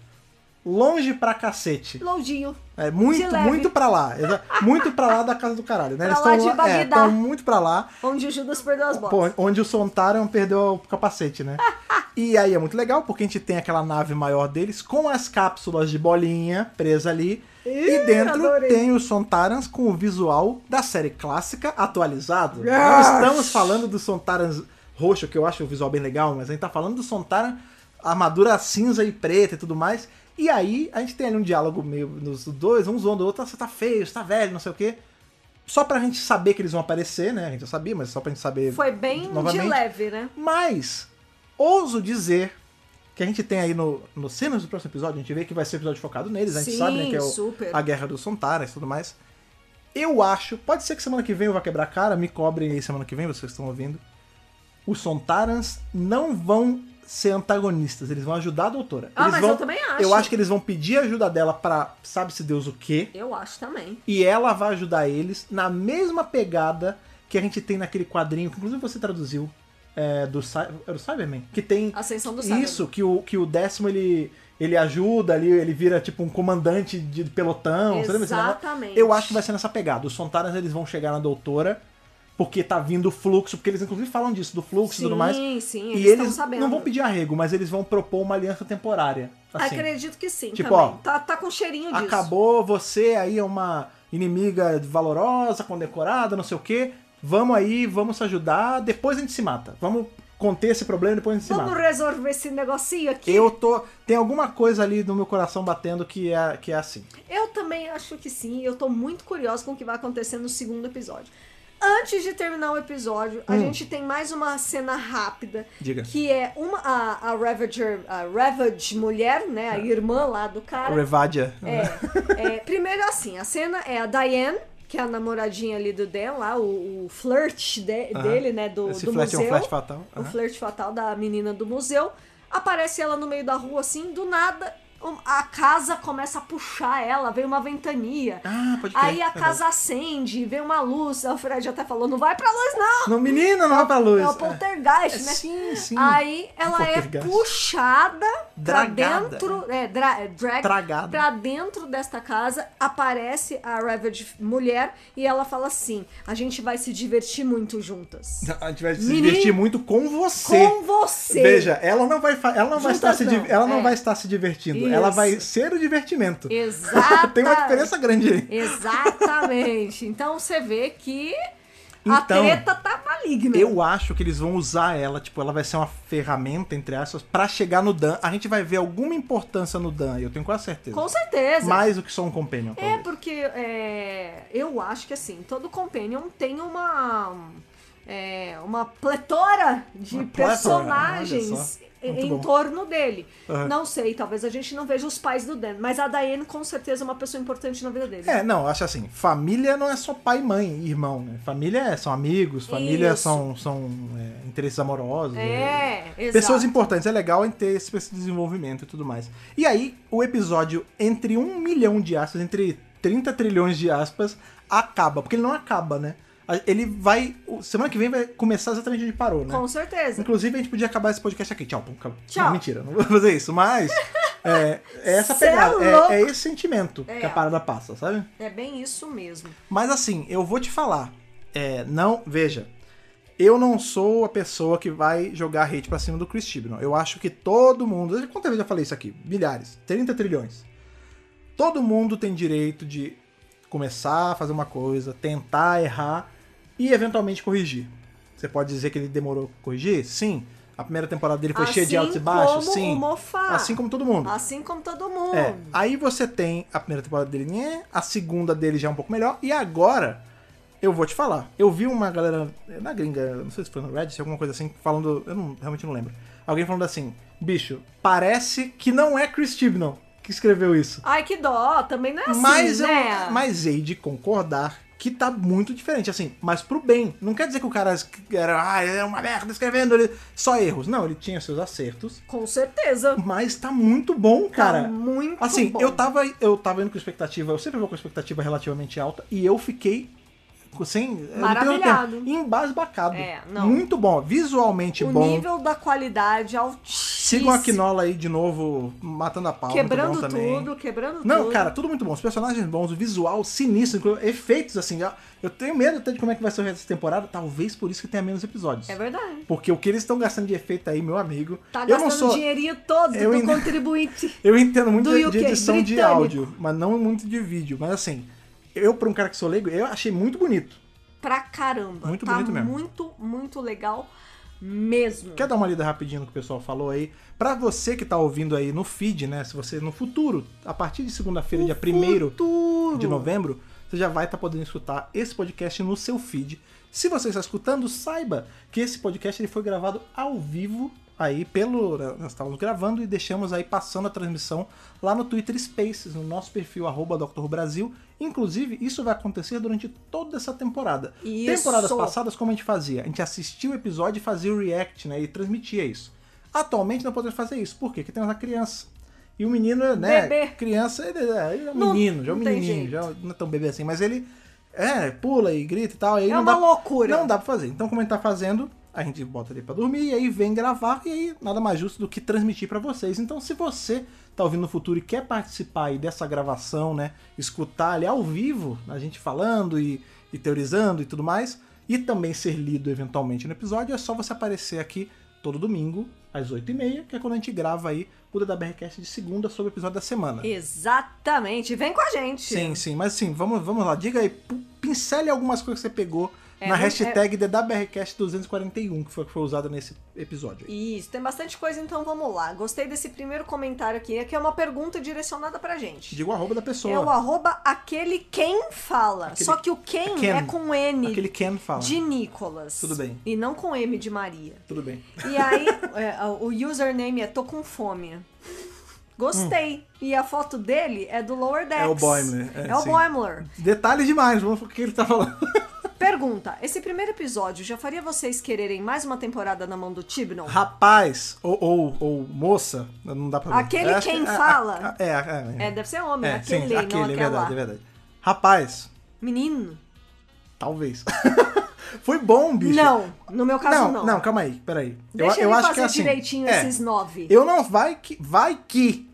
S1: longe pra cacete.
S2: Longinho.
S1: É muito,
S2: leve.
S1: muito pra lá. Exa- Muito pra lá da casa do caralho, né?
S2: Pra lá de
S1: tão- é,
S2: Bagdá.
S1: tão muito pra lá.
S2: Onde o Judas perdeu as botas.
S1: Pô, onde o Sontaran perdeu o capacete, né? E aí é muito legal, porque a gente tem aquela nave maior deles com as cápsulas de bolinha presa ali. e
S2: Ih,
S1: dentro
S2: adorei.
S1: tem os Sontarans com o visual da série clássica atualizado.
S2: Yes!
S1: Não estamos falando do Sontarans roxo, que eu acho o visual bem legal, mas a gente tá falando do Sontaran armadura cinza e preta e tudo mais. E aí a gente tem ali um diálogo meio nos dois, um zoando o outro, "Ah, você tá feio, você tá velho, não sei o quê. Só pra gente saber que eles vão aparecer, né? A gente já sabia, mas só pra gente saber.
S2: Foi bem
S1: novamente.
S2: de leve, né?
S1: Mas, ouso dizer que a gente tem aí no, no cenas do próximo episódio, a gente vê que vai ser episódio focado neles, a gente
S2: Sim,
S1: sabe, né, que é o-
S2: super.
S1: a guerra dos Sontaras e tudo mais. Eu acho, pode ser que semana que vem eu vá quebrar a cara, me cobrem aí semana que vem, vocês que estão ouvindo. Os Sontarans não vão ser antagonistas, eles vão ajudar a doutora.
S2: Ah,
S1: Eles
S2: mas
S1: vão-
S2: eu também acho.
S1: Eu acho que eles vão pedir ajuda dela pra sabe-se Deus o quê,
S2: Eu acho também.
S1: e ela vai ajudar eles na mesma pegada que a gente tem naquele quadrinho, que inclusive você traduziu, é, do, Cy- era o Cyberman, que tem
S2: Ascensão do Cyberman.
S1: isso, que o, que o décimo ele, ele ajuda ali, ele vira tipo um comandante de pelotão, você lembra desse negócio?
S2: Exatamente.
S1: Eu acho que vai ser nessa pegada. Os Sontaras eles vão chegar na doutora, porque tá vindo o fluxo, porque eles inclusive falam disso, do fluxo e tudo mais.
S2: Sim, sim,
S1: e
S2: eles estão
S1: eles
S2: sabendo.
S1: não vão pedir arrego, mas eles vão propor uma aliança temporária. Assim.
S2: Acredito que sim
S1: Tipo,
S2: também.
S1: ó,
S2: tá, tá com cheirinho disso.
S1: Acabou, você aí é uma inimiga valorosa, condecorada, não sei o quê. Vamos aí, vamos se ajudar, depois a gente se mata. Vamos conter esse problema, depois a gente se
S2: Vamos
S1: mata.
S2: resolver esse negocinho aqui?
S1: Eu tô. Tem alguma coisa ali no meu coração batendo que é, que é assim.
S2: Eu também acho que sim. Eu tô muito curiosa com o que vai acontecer no segundo episódio. Antes de terminar o episódio, a
S1: Hum.
S2: gente tem mais uma cena rápida.
S1: Diga.
S2: Que é uma, a, a Ravager, a Ravage mulher, né? A
S1: É.
S2: irmã lá do cara.
S1: Revadia.
S2: É, é, primeiro assim, a cena é a Diane, que é a namoradinha ali do Dan, lá, o, o flirt de-
S1: Aham.
S2: dele, né, do,
S1: Esse
S2: do
S1: flash é um
S2: museu.
S1: flash fatal.
S2: O
S1: Aham.
S2: flirt fatal da menina do museu. Aparece ela no meio da rua, assim, do nada, um- a casa começa a puxar ela, vem uma ventania.
S1: Ah, pode crer.
S2: Aí a
S1: Verdade.
S2: casa acende, vem uma luz. Ah, O Fred até falou, não vai pra luz não,
S1: Não, menina, não vai pra luz.
S2: é o poltergeist, né?
S1: Sim, sim.
S2: Aí ela é
S1: Poltergeist.
S2: puxada pra
S1: Dragada.
S2: dentro, é, dra, é, drag,
S1: Tragada.
S2: pra dentro desta casa, aparece a Ravage mulher e ela fala assim: a gente vai se divertir muito juntas.
S1: A gente vai se
S2: Menino-
S1: divertir muito com você.
S2: Com você!
S1: Veja, ela não vai, fa- ela não vai estar
S2: Juntas
S1: se, div-
S2: não,
S1: ela não
S2: é.
S1: vai estar se divertindo. Ela
S2: Isso.
S1: vai ser o divertimento.
S2: Exatamente.
S1: Tem uma diferença grande aí.
S2: Exatamente. Então você vê que a
S1: Então,
S2: treta tá maligna.
S1: Eu acho que eles vão usar ela, tipo, ela vai ser uma ferramenta, entre aspas, pra chegar no Dan. A gente vai ver alguma importância no Dan, eu tenho quase certeza.
S2: Com certeza.
S1: Mais do que só um companion.
S2: É,
S1: talvez.
S2: porque é, eu acho que assim, todo Companion tem uma. é, uma pletora de
S1: Uma pletora, olha
S2: personagens
S1: só. Muito
S2: em
S1: bom.
S2: torno dele.
S1: Aham.
S2: Não sei, talvez a gente não veja os pais do Dan, mas a Diane com certeza é uma pessoa importante na vida dele.
S1: É, não, eu acho assim, família não é só pai, mãe e irmão, né? Família é- são amigos, família
S2: Isso.
S1: são, são é, interesses amorosos. né?
S2: É, exato.
S1: Pessoas importantes, é legal em ter esse, esse desenvolvimento e tudo mais. E aí, o episódio, entre um milhão de aspas, entre 30 trilhões de aspas, acaba. Porque ele não acaba, né? A- Ele vai. o- Semana que vem vai começar exatamente onde parou, né?
S2: Com certeza.
S1: Inclusive, a gente podia acabar esse podcast aqui. Tchau, pum, acabou.
S2: Tchau.
S1: Não, mentira, não vou fazer isso. Mas. É, é essa
S2: Cê é
S1: pegada.
S2: louco.
S1: É, é esse sentimento
S2: É.
S1: que a parada passa, sabe?
S2: É bem isso mesmo.
S1: Mas assim, eu vou te falar. É, não, veja. Eu não sou a pessoa que vai jogar hate pra cima do Chris Chibnall. Eu acho que todo mundo. Quantas vezes eu já falei isso aqui? Milhares. 30 trilhões. Todo mundo tem direito de começar a fazer uma coisa, tentar errar e eventualmente corrigir. Você pode dizer que ele demorou pra corrigir? Sim. A primeira temporada dele foi cheia de altos e baixos?
S2: Assim como
S1: Sim.
S2: o Moffat.
S1: Assim como todo mundo.
S2: Assim como todo mundo. bom!
S1: É, aí você tem a primeira temporada dele, né? a segunda dele já é um pouco melhor, e agora eu vou te falar. Eu vi uma galera é, na gringa, não sei se foi no Reddit, alguma coisa assim, falando, eu não- realmente não lembro. Alguém falando assim: bicho, parece que não é Chris Chibnall que escreveu isso.
S2: Ai, que dó, também não é assim,
S1: mas,
S2: né?
S1: eu, mas hei de concordar que tá muito diferente, assim, mas pro bem. Não quer dizer que o cara es- era, ah, é uma merda escrevendo, ele... só erros. Não, ele tinha seus acertos,
S2: Com certeza.
S1: mas tá muito bom, cara.
S2: Tá muito
S1: Assim,
S2: bom.
S1: eu tava, eu tava indo com expectativa, eu sempre vou com expectativa relativamente alta, e eu fiquei co- sem. eu não tenho
S2: Maravilhado.
S1: tempo, Embasbacado.
S2: É, não.
S1: Muito bom, visualmente
S2: O
S1: bom.
S2: nível da qualidade é altíssimo.
S1: Sigam a Quinola aí de novo, matando a pau. muito
S2: Quebrando
S1: bom também.
S2: tudo, quebrando tudo.
S1: Não, cara, tudo muito bom. Os personagens bons, o visual sinistro, inclu- efeitos assim. ó, Eu tenho medo até de como é que vai ser o resto dessa temporada, talvez por isso que tenha menos episódios.
S2: É verdade.
S1: Porque o que eles estão gastando de efeito aí, meu amigo.
S2: Tá
S1: eu não
S2: gastando
S1: sou.
S2: o dinheirinho todo
S1: eu
S2: do
S1: ainda-
S2: contribuinte.
S1: Eu entendo muito
S2: Do
S1: de, de
S2: UK,
S1: edição de
S2: britânico.
S1: áudio, mas não muito de vídeo. Mas assim, eu, pra um cara que sou leigo, eu achei muito bonito.
S2: Pra caramba.
S1: Muito
S2: tá
S1: bonito mesmo.
S2: muito, muito legal mesmo.
S1: Quer dar uma lida rapidinho no que o pessoal falou aí? Pra você que tá ouvindo aí no feed, né? Se você no futuro, a partir de segunda-feira, dia 1
S2: Futuro.
S1: de novembro, você já vai estar podendo escutar esse podcast no seu feed. Se você está escutando, saiba que esse podcast ele foi gravado ao vivo aí pelo né, nós estávamos gravando e deixamos aí passando a transmissão lá no Twitter Spaces, no nosso perfil arroba Dr. Brasil. Inclusive, isso vai acontecer durante toda essa temporada.
S2: Isso.
S1: Temporadas passadas como a gente fazia? A gente assistia o episódio e fazia o react, né, e transmitia isso. Atualmente não podemos fazer isso. Por quê? Porque temos a criança. E o menino, né?
S2: Bebê.
S1: Criança, ele, ele é um
S2: Não-
S1: menino, já é um
S2: não tem
S1: menininho,
S2: jeito.
S1: já não é tão bebê assim, mas ele é, pula e grita e tal. Aí
S2: É
S1: não
S2: uma
S1: dá,
S2: loucura.
S1: Não dá pra fazer. Então, como ele tá fazendo, a gente bota ele pra dormir e aí vem gravar, e aí nada mais justo do que transmitir pra vocês. Então, se você tá ouvindo no futuro e quer participar aí dessa gravação, né? Escutar ali ao vivo, a gente falando e, e teorizando e tudo mais, e também ser lido eventualmente no episódio, é só você aparecer aqui todo domingo, às 8h30, que é quando a gente grava aí o DWRcast de segunda sobre o episódio da semana.
S2: Exatamente. Vem com a gente.
S1: Sim, sim, mas sim, vamos, vamos lá. Diga aí, pu- pincele algumas coisas que você pegou
S2: É,
S1: na
S2: não-
S1: hashtag DWRcast241, que foi, que foi usada nesse episódio. aí.
S2: Isso, tem bastante coisa, então vamos lá. Gostei desse primeiro comentário aqui, é que é uma pergunta direcionada pra gente.
S1: Diga o arroba da pessoa.
S2: É o arroba aquele quem fala.
S1: Aquele-
S2: Só que o quem
S1: Ken.
S2: é com N
S1: Aquele Ken fala.
S2: de Nicolas.
S1: Tudo bem.
S2: E não com M de Maria.
S1: Tudo bem.
S2: E aí, é, o username é Tô com fome. Gostei. E a foto dele é do Lower Decks.
S1: É o Boimler, é,
S2: É, o
S1: sim.
S2: Boimler.
S1: Detalhes demais, vamos ver o que ele tá falando.
S2: Pergunta: Esse primeiro episódio já faria vocês quererem mais uma temporada na mão do Tibnon?
S1: Ah, Rapaz, ou, ou, ou moça, não dá pra ver.
S2: Aquele
S1: Eu acho
S2: quem
S1: que- a- a-
S2: fala.
S1: a- é, é, é.
S2: É, deve ser homem,
S1: É,
S2: aquele,
S1: sim,
S2: não
S1: aquele, é
S2: aquela.
S1: verdade, é verdade. Rapaz,
S2: Menino?
S1: talvez. foi bom, bicho.
S2: Não, no meu caso não.
S1: não, calma aí, peraí.
S2: Deixa
S1: eu, eu
S2: ele
S1: acho
S2: fazer
S1: que é assim,
S2: direitinho
S1: é,
S2: esses nove.
S1: Eu não vai que vai que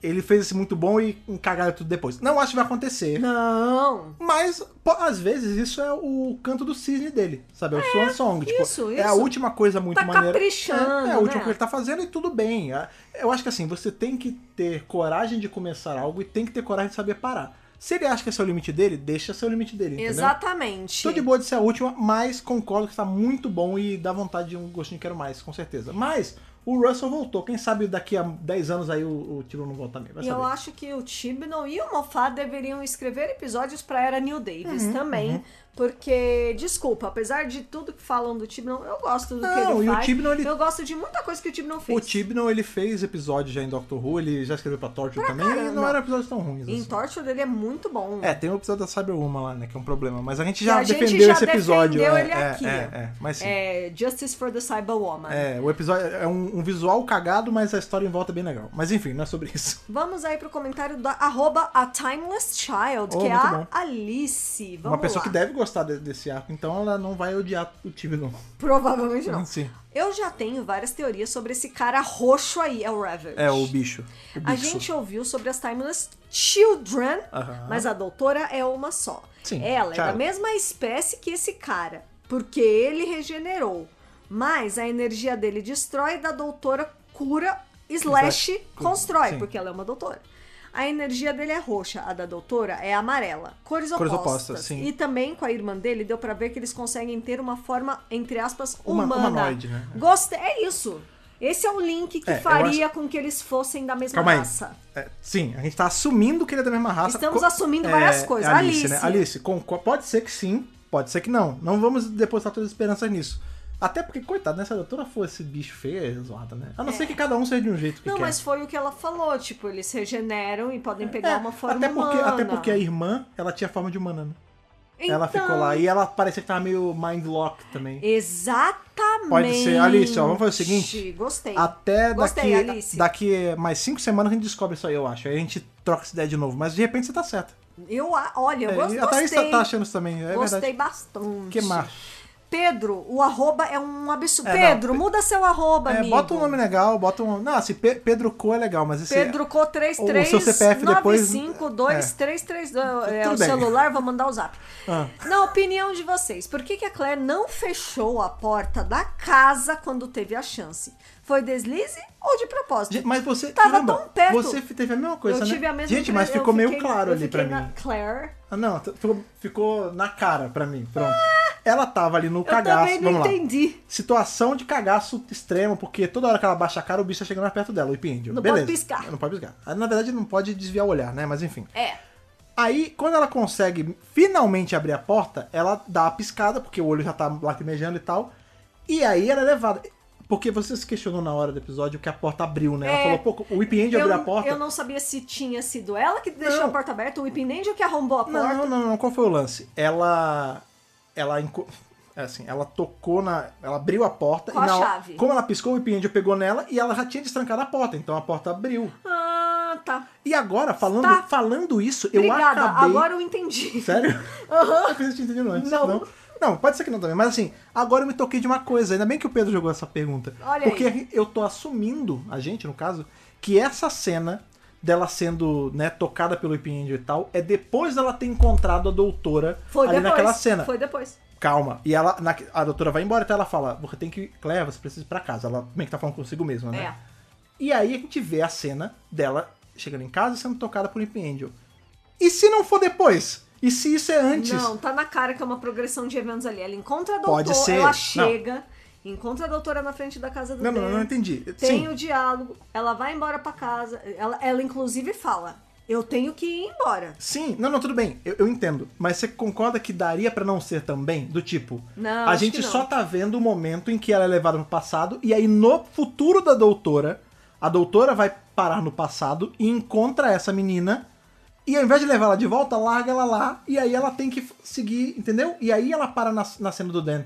S1: ele fez esse muito bom e cagaram tudo depois. Não acho que vai acontecer.
S2: Não.
S1: Mas pô, às vezes isso é o canto do cisne dele, sabe? É o swan song, tipo,
S2: isso,
S1: é a
S2: isso.
S1: última coisa muito
S2: Tá
S1: maneira.
S2: caprichando,
S1: é, é a última coisa
S2: né?
S1: que ele tá fazendo e tudo bem. É, Eu acho que assim, você tem que ter coragem de começar algo e tem que ter coragem de saber parar. Se ele acha que esse é o limite dele, deixa ser o limite dele, entendeu?
S2: Exatamente.
S1: Tô de boa de ser a última, mas concordo que está muito bom e dá vontade de um gostinho de quero mais, com certeza. Mas o Russell voltou. Quem sabe daqui a 10 anos aí o, o Tiro não volta também. Vai
S2: E eu
S1: saber.
S2: acho que o Tibnon e o Moffat deveriam escrever episódios pra era New Davis
S1: Uhum,
S2: também. Porque, desculpa, apesar de tudo que falam do Tibnon, eu gosto do que
S1: Não,
S2: ele
S1: e o
S2: faz.
S1: Tibnon, ele-
S2: Eu gosto de muita coisa que o Tibnon fez.
S1: O Tibnon, ele fez episódio já em Doctor Who, ele já escreveu pra Torture também, e não
S2: caramba.
S1: eram episódios tão ruins.
S2: E em
S1: assim.
S2: Torture dele é muito bom.
S1: É, tem o episódio da Cyberwoman lá, né, que é um problema, mas a gente
S2: Que
S1: já
S2: a gente
S1: defendeu
S2: já
S1: esse episódio.
S2: defendeu
S1: é,
S2: ele
S1: é,
S2: aqui.
S1: é, é, mas sim. É.
S2: É, Justice for the Cyberwoman.
S1: o episódio é um, um visual cagado, mas a história em volta é bem legal. Mas enfim, não é sobre isso.
S2: Vamos aí pro comentário da arroba a Timeless Child,
S1: Oh,
S2: que é
S1: muito
S2: a
S1: bom.
S2: Alice. Vamos
S1: Uma pessoa
S2: lá.
S1: que deve gostar de- desse arco, então ela não vai odiar o Tibnon.
S2: Provavelmente não.
S1: Sim.
S2: Eu já tenho várias teorias sobre esse cara roxo aí, é o Ravage.
S1: É, o bicho. O
S2: A
S1: bicho.
S2: gente ouviu sobre as Timeless Children,
S1: Aham.
S2: mas a doutora é uma só.
S1: Sim,
S2: Ela é da
S1: child.
S2: mesma espécie que esse cara, porque ele regenerou. Mas a energia dele destrói, da doutora cura, slash,
S1: Slash, cura,
S2: constrói,
S1: sim.
S2: porque ela é uma doutora. A energia dele é roxa, a da doutora é amarela. Cores,
S1: Cores
S2: opostas.
S1: opostas, sim.
S2: E também com a irmã dele deu pra ver que eles conseguem ter uma forma, entre aspas,
S1: Uma-
S2: humana.
S1: humanoide, né?
S2: Gostei, é isso. Esse é o link que
S1: É, eu
S2: faria com que eles fossem da mesma
S1: Calma aí.
S2: raça.
S1: É, sim, a gente tá assumindo que ele é da mesma raça.
S2: Estamos
S1: Co-
S2: assumindo várias
S1: é,
S2: coisas.
S1: é Alice,
S2: Alice.
S1: né? Alice, com- co- pode ser que sim, pode ser que não. Não vamos depositar todas as esperanças nisso. Até porque, coitado, né? Se a doutora fosse bicho feia, zoada, né? A não ser que cada um seja de um jeito que
S2: É. Não,
S1: quer.
S2: mas foi o que ela falou, tipo, eles regeneram e podem pegar
S1: É,
S2: uma forma
S1: até porque,
S2: humana.
S1: até porque a irmã, ela tinha forma de humana, né?
S2: então,
S1: Ela ficou lá e ela parecia que tava meio mind lock também.
S2: Exatamente.
S1: Pode ser. Alice, ó, vamos fazer o seguinte.
S2: Gostei.
S1: Até
S2: Gostei,
S1: daqui,
S2: Alice.
S1: daqui mais cinco semanas a gente descobre isso aí, eu acho. Aí a gente troca essa ideia de novo. Mas de repente você tá certa.
S2: Eu, a- olha, eu
S1: É,
S2: gos-
S1: e a Thaís tá,
S2: gostei.
S1: tá achando isso também. É
S2: gostei
S1: verdade.
S2: bastante.
S1: Que mais?
S2: Pedro, o arroba é um absurdo.
S1: É, não,
S2: Pedro,
S1: Pe-
S2: muda seu arroba,
S1: É,
S2: amigo.
S1: bota um nome legal, bota um. Não, assim, Pe- Pedro Co é legal, mas esse.
S2: Pedro Co
S1: O seu CPF depois-
S2: 3395233 é,
S1: Tudo
S2: o
S1: bem.
S2: celular, vou mandar o zap.
S1: Ah.
S2: Na opinião de vocês, por que, que a Claire não fechou a porta da casa quando teve a chance? Foi deslize ou de propósito?
S1: Gente, Mas você.
S2: Tava
S1: caramba,
S2: tão perto.
S1: Você teve a mesma coisa,
S2: eu
S1: né?
S2: tive a mesma
S1: Gente, mas
S2: impre- eu
S1: ficou meio
S2: fiquei na-
S1: claro
S2: eu
S1: ali pra
S2: fiquei
S1: mim.
S2: na Claire.
S1: Ah, não, t- ficou, ficou na cara pra mim. Pronto. Ela tava ali no
S2: Ah! Eu
S1: cagaço.
S2: também não
S1: vamos lá.
S2: entendi.
S1: Situação de cagaço extremo, porque toda hora que ela baixa a cara, o bicho tá chegando mais perto dela, o Ipindio.
S2: Não
S1: Beleza.
S2: pode piscar.
S1: Não pode piscar. Ah, Na verdade, não pode desviar o olhar, né? Mas enfim.
S2: É.
S1: Aí, quando ela consegue finalmente abrir a porta, ela dá a piscada, porque o olho já tá lacrimejando e tal. E aí ela é levada. Porque você se questionou na hora do episódio que a porta abriu, né? Ela falou,
S2: É.
S1: pô, o Whip End
S2: Eu,
S1: abriu a porta.
S2: eu não sabia se tinha sido ela que deixou
S1: Não.
S2: a porta aberta, o Whippinendio que arrombou a porta.
S1: Não, não, não. Qual foi o lance? Ela. Ela. enco- é Assim, ela tocou na. Ela abriu a porta.
S2: Com
S1: e
S2: a
S1: na... hora-
S2: chave.
S1: Como ela piscou, o Whipindio pegou nela e ela já tinha destrancado a porta. Então a porta abriu.
S2: Ah, tá.
S1: E agora, falando,
S2: Tá.
S1: falando isso, eu
S2: Obrigada,
S1: acabei.
S2: agora eu entendi.
S1: Sério?
S2: Aham.
S1: Eu pensei que tinha entendido antes.
S2: Não.
S1: Não. Não, pode ser que não também. Mas assim, agora eu me toquei de uma coisa. Ainda bem que o Pedro jogou essa pergunta.
S2: Olha
S1: porque eu tô assumindo, a gente no caso, que essa cena dela sendo né, tocada pelo Ipindio e tal, é depois dela ter encontrado a doutora
S2: Foi
S1: ali
S2: depois.
S1: naquela cena.
S2: Foi depois.
S1: Calma. E ela, na- a doutora vai embora, então ela fala, você tem que... Claire, você precisa ir pra casa. Ela meio que tá falando consigo mesma, né?
S2: É.
S1: E aí a gente vê a cena dela chegando em casa e sendo tocada por Imp Angel. E se não for depois? E se isso é antes?
S2: Não, tá na cara que é uma progressão de eventos ali. Ela encontra a doutora,
S1: Pode ser. Não.
S2: ela chega, encontra a doutora na frente da casa do
S1: Não, não,
S2: Dan,
S1: não, entendi.
S2: Tem um
S1: Sim.
S2: o diálogo, ela vai embora pra casa. Ela, ela inclusive fala: Eu tenho que ir embora.
S1: Sim, não, não, tudo bem, eu, eu entendo. Mas você concorda que daria pra não ser também? Do tipo,
S2: Não,
S1: a
S2: acho
S1: gente
S2: que não.
S1: só tá vendo o momento em que ela é levada pro passado, e aí no futuro da doutora, a doutora vai parar no passado e encontra essa menina, e ao invés de levar ela de volta, larga ela lá, e aí ela tem que f- seguir, entendeu? E aí ela para na, na cena do Dan.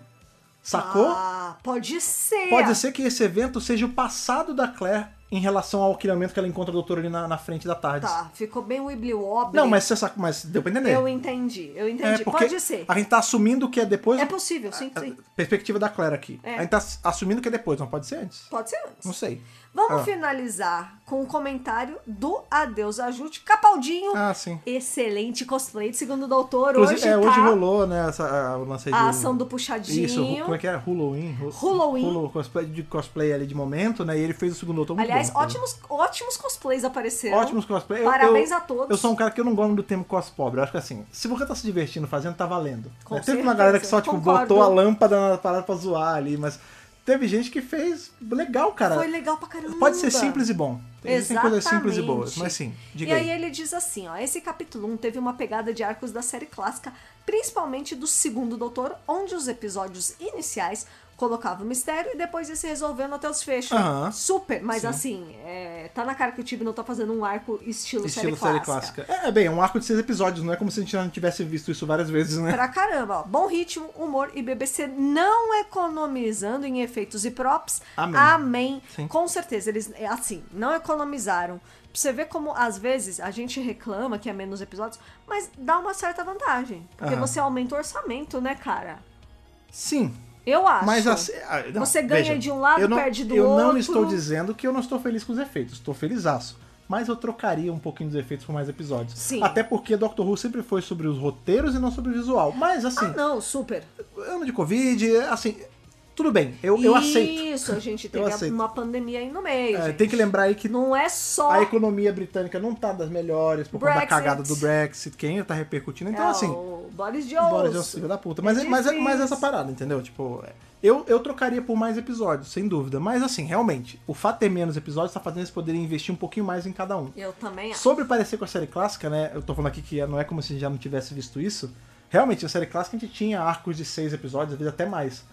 S1: Sacou?
S2: Ah, pode ser. Ah,
S1: Pode ser que esse evento seja o passado da Claire em relação ao criamento que ela encontra a doutora ali na, na frente da tarde.
S2: Tá, ficou bem wibbly wobbly.
S1: Não, mas você sabe, mas deu pra entender.
S2: Eu entendi, eu entendi.
S1: É, porque
S2: Pode ser.
S1: A Ah, gente tá assumindo que é depois.
S2: É possível, sim, sim.
S1: Perspectiva da Claire aqui.
S2: É.
S1: A gente tá assumindo que é depois, não pode ser antes.
S2: Pode ser antes.
S1: Não sei.
S2: Vamos
S1: Ah.
S2: finalizar com o comentário do Adeus Ajude Capaldinho.
S1: Ah, sim.
S2: Excelente cosplay de segundo doutor.
S1: Inclusive,
S2: hoje,
S1: é,
S2: tá
S1: hoje rolou, né, essa, a, o lance aí
S2: a
S1: de-
S2: ação do puxadinho.
S1: Isso, ru- como é que é? Halloween? Ru-
S2: Halloween.
S1: Hulu, cosplay, de cosplay ali de momento, né? E ele fez o segundo outro. muito
S2: Aliás,
S1: bom, cara.
S2: ótimos, ótimos cosplays apareceram.
S1: Ótimos cosplay. Eu-
S2: Parabéns
S1: eu-
S2: a todos.
S1: Eu sou um cara que eu não gosto do termo cospobre. Eu acho que assim, se você tá se divertindo fazendo, tá valendo.
S2: Com
S1: Né? Teve uma
S2: certeza,
S1: galera que só, tipo,
S2: concordo.
S1: botou a lâmpada na parada pra zoar ali, mas teve gente que fez legal, cara.
S2: Foi legal pra caramba.
S1: Pode ser simples e bom. Tem tem coisas simples e
S2: Exatamente.
S1: boas, mas sim, diga
S2: e
S1: aí.
S2: aí ele diz assim, ó, esse capítulo 1 teve uma pegada de arcos da série clássica, principalmente do segundo doutor, onde os episódios iniciais colocavam mistério e depois ia se resolvendo até os fechos.
S1: Aham.
S2: Super, mas
S1: Sim.
S2: assim, é, tá na cara que o time não tá fazendo um arco estilo,
S1: Estilo
S2: série clássica.
S1: É, bem, é um arco de seis episódios, não é como se a gente não tivesse visto isso várias vezes, né?
S2: Pra caramba, ó. Bom ritmo, humor e BBC não economizando em efeitos e props.
S1: Amém. Sim.
S2: Com certeza, eles, é, assim, não economizaram. Pra você ver como, às vezes, a gente reclama que é menos episódios, mas dá uma certa vantagem. Porque
S1: Aham.
S2: você aumenta o orçamento, né, cara?
S1: Sim,
S2: Eu acho.
S1: mas assim. ah, não,
S2: Você ganha
S1: veja,
S2: de um lado,
S1: eu não,
S2: perde do
S1: eu não
S2: outro.
S1: estou dizendo que eu não estou feliz com os efeitos, estou felizaço. Mas eu trocaria um pouquinho dos efeitos por mais episódios.
S2: Sim.
S1: Até porque Doctor Who sempre foi sobre os roteiros e não sobre o visual. Mas assim,
S2: Ah, não, super.
S1: ano de Covid, assim. Tudo bem, eu, eu aceito.
S2: Isso, a gente
S1: Eu
S2: teve a-
S1: aceito.
S2: uma pandemia aí no meio.
S1: É,
S2: gente.
S1: tem que lembrar aí que
S2: Não é só.
S1: a economia britânica não tá das melhores por conta da
S2: Brexit.
S1: cagada do Brexit, que ainda tá repercutindo. Então,
S2: é,
S1: assim,
S2: O Boris Johnson.
S1: Bora de auxílio da puta. Mas,
S2: É
S1: mas,
S2: difícil.
S1: mas essa parada, entendeu? Tipo, eu, eu trocaria por mais episódios, sem dúvida. Mas assim, realmente, o fato de ter menos episódios tá fazendo eles poderem investir um pouquinho mais em cada um.
S2: Eu também acho.
S1: Sobre parecer com a série clássica, né? Eu tô falando aqui que não é como se a gente já não tivesse visto isso. Realmente, a série clássica a gente tinha arcos de seis episódios, às vezes até mais.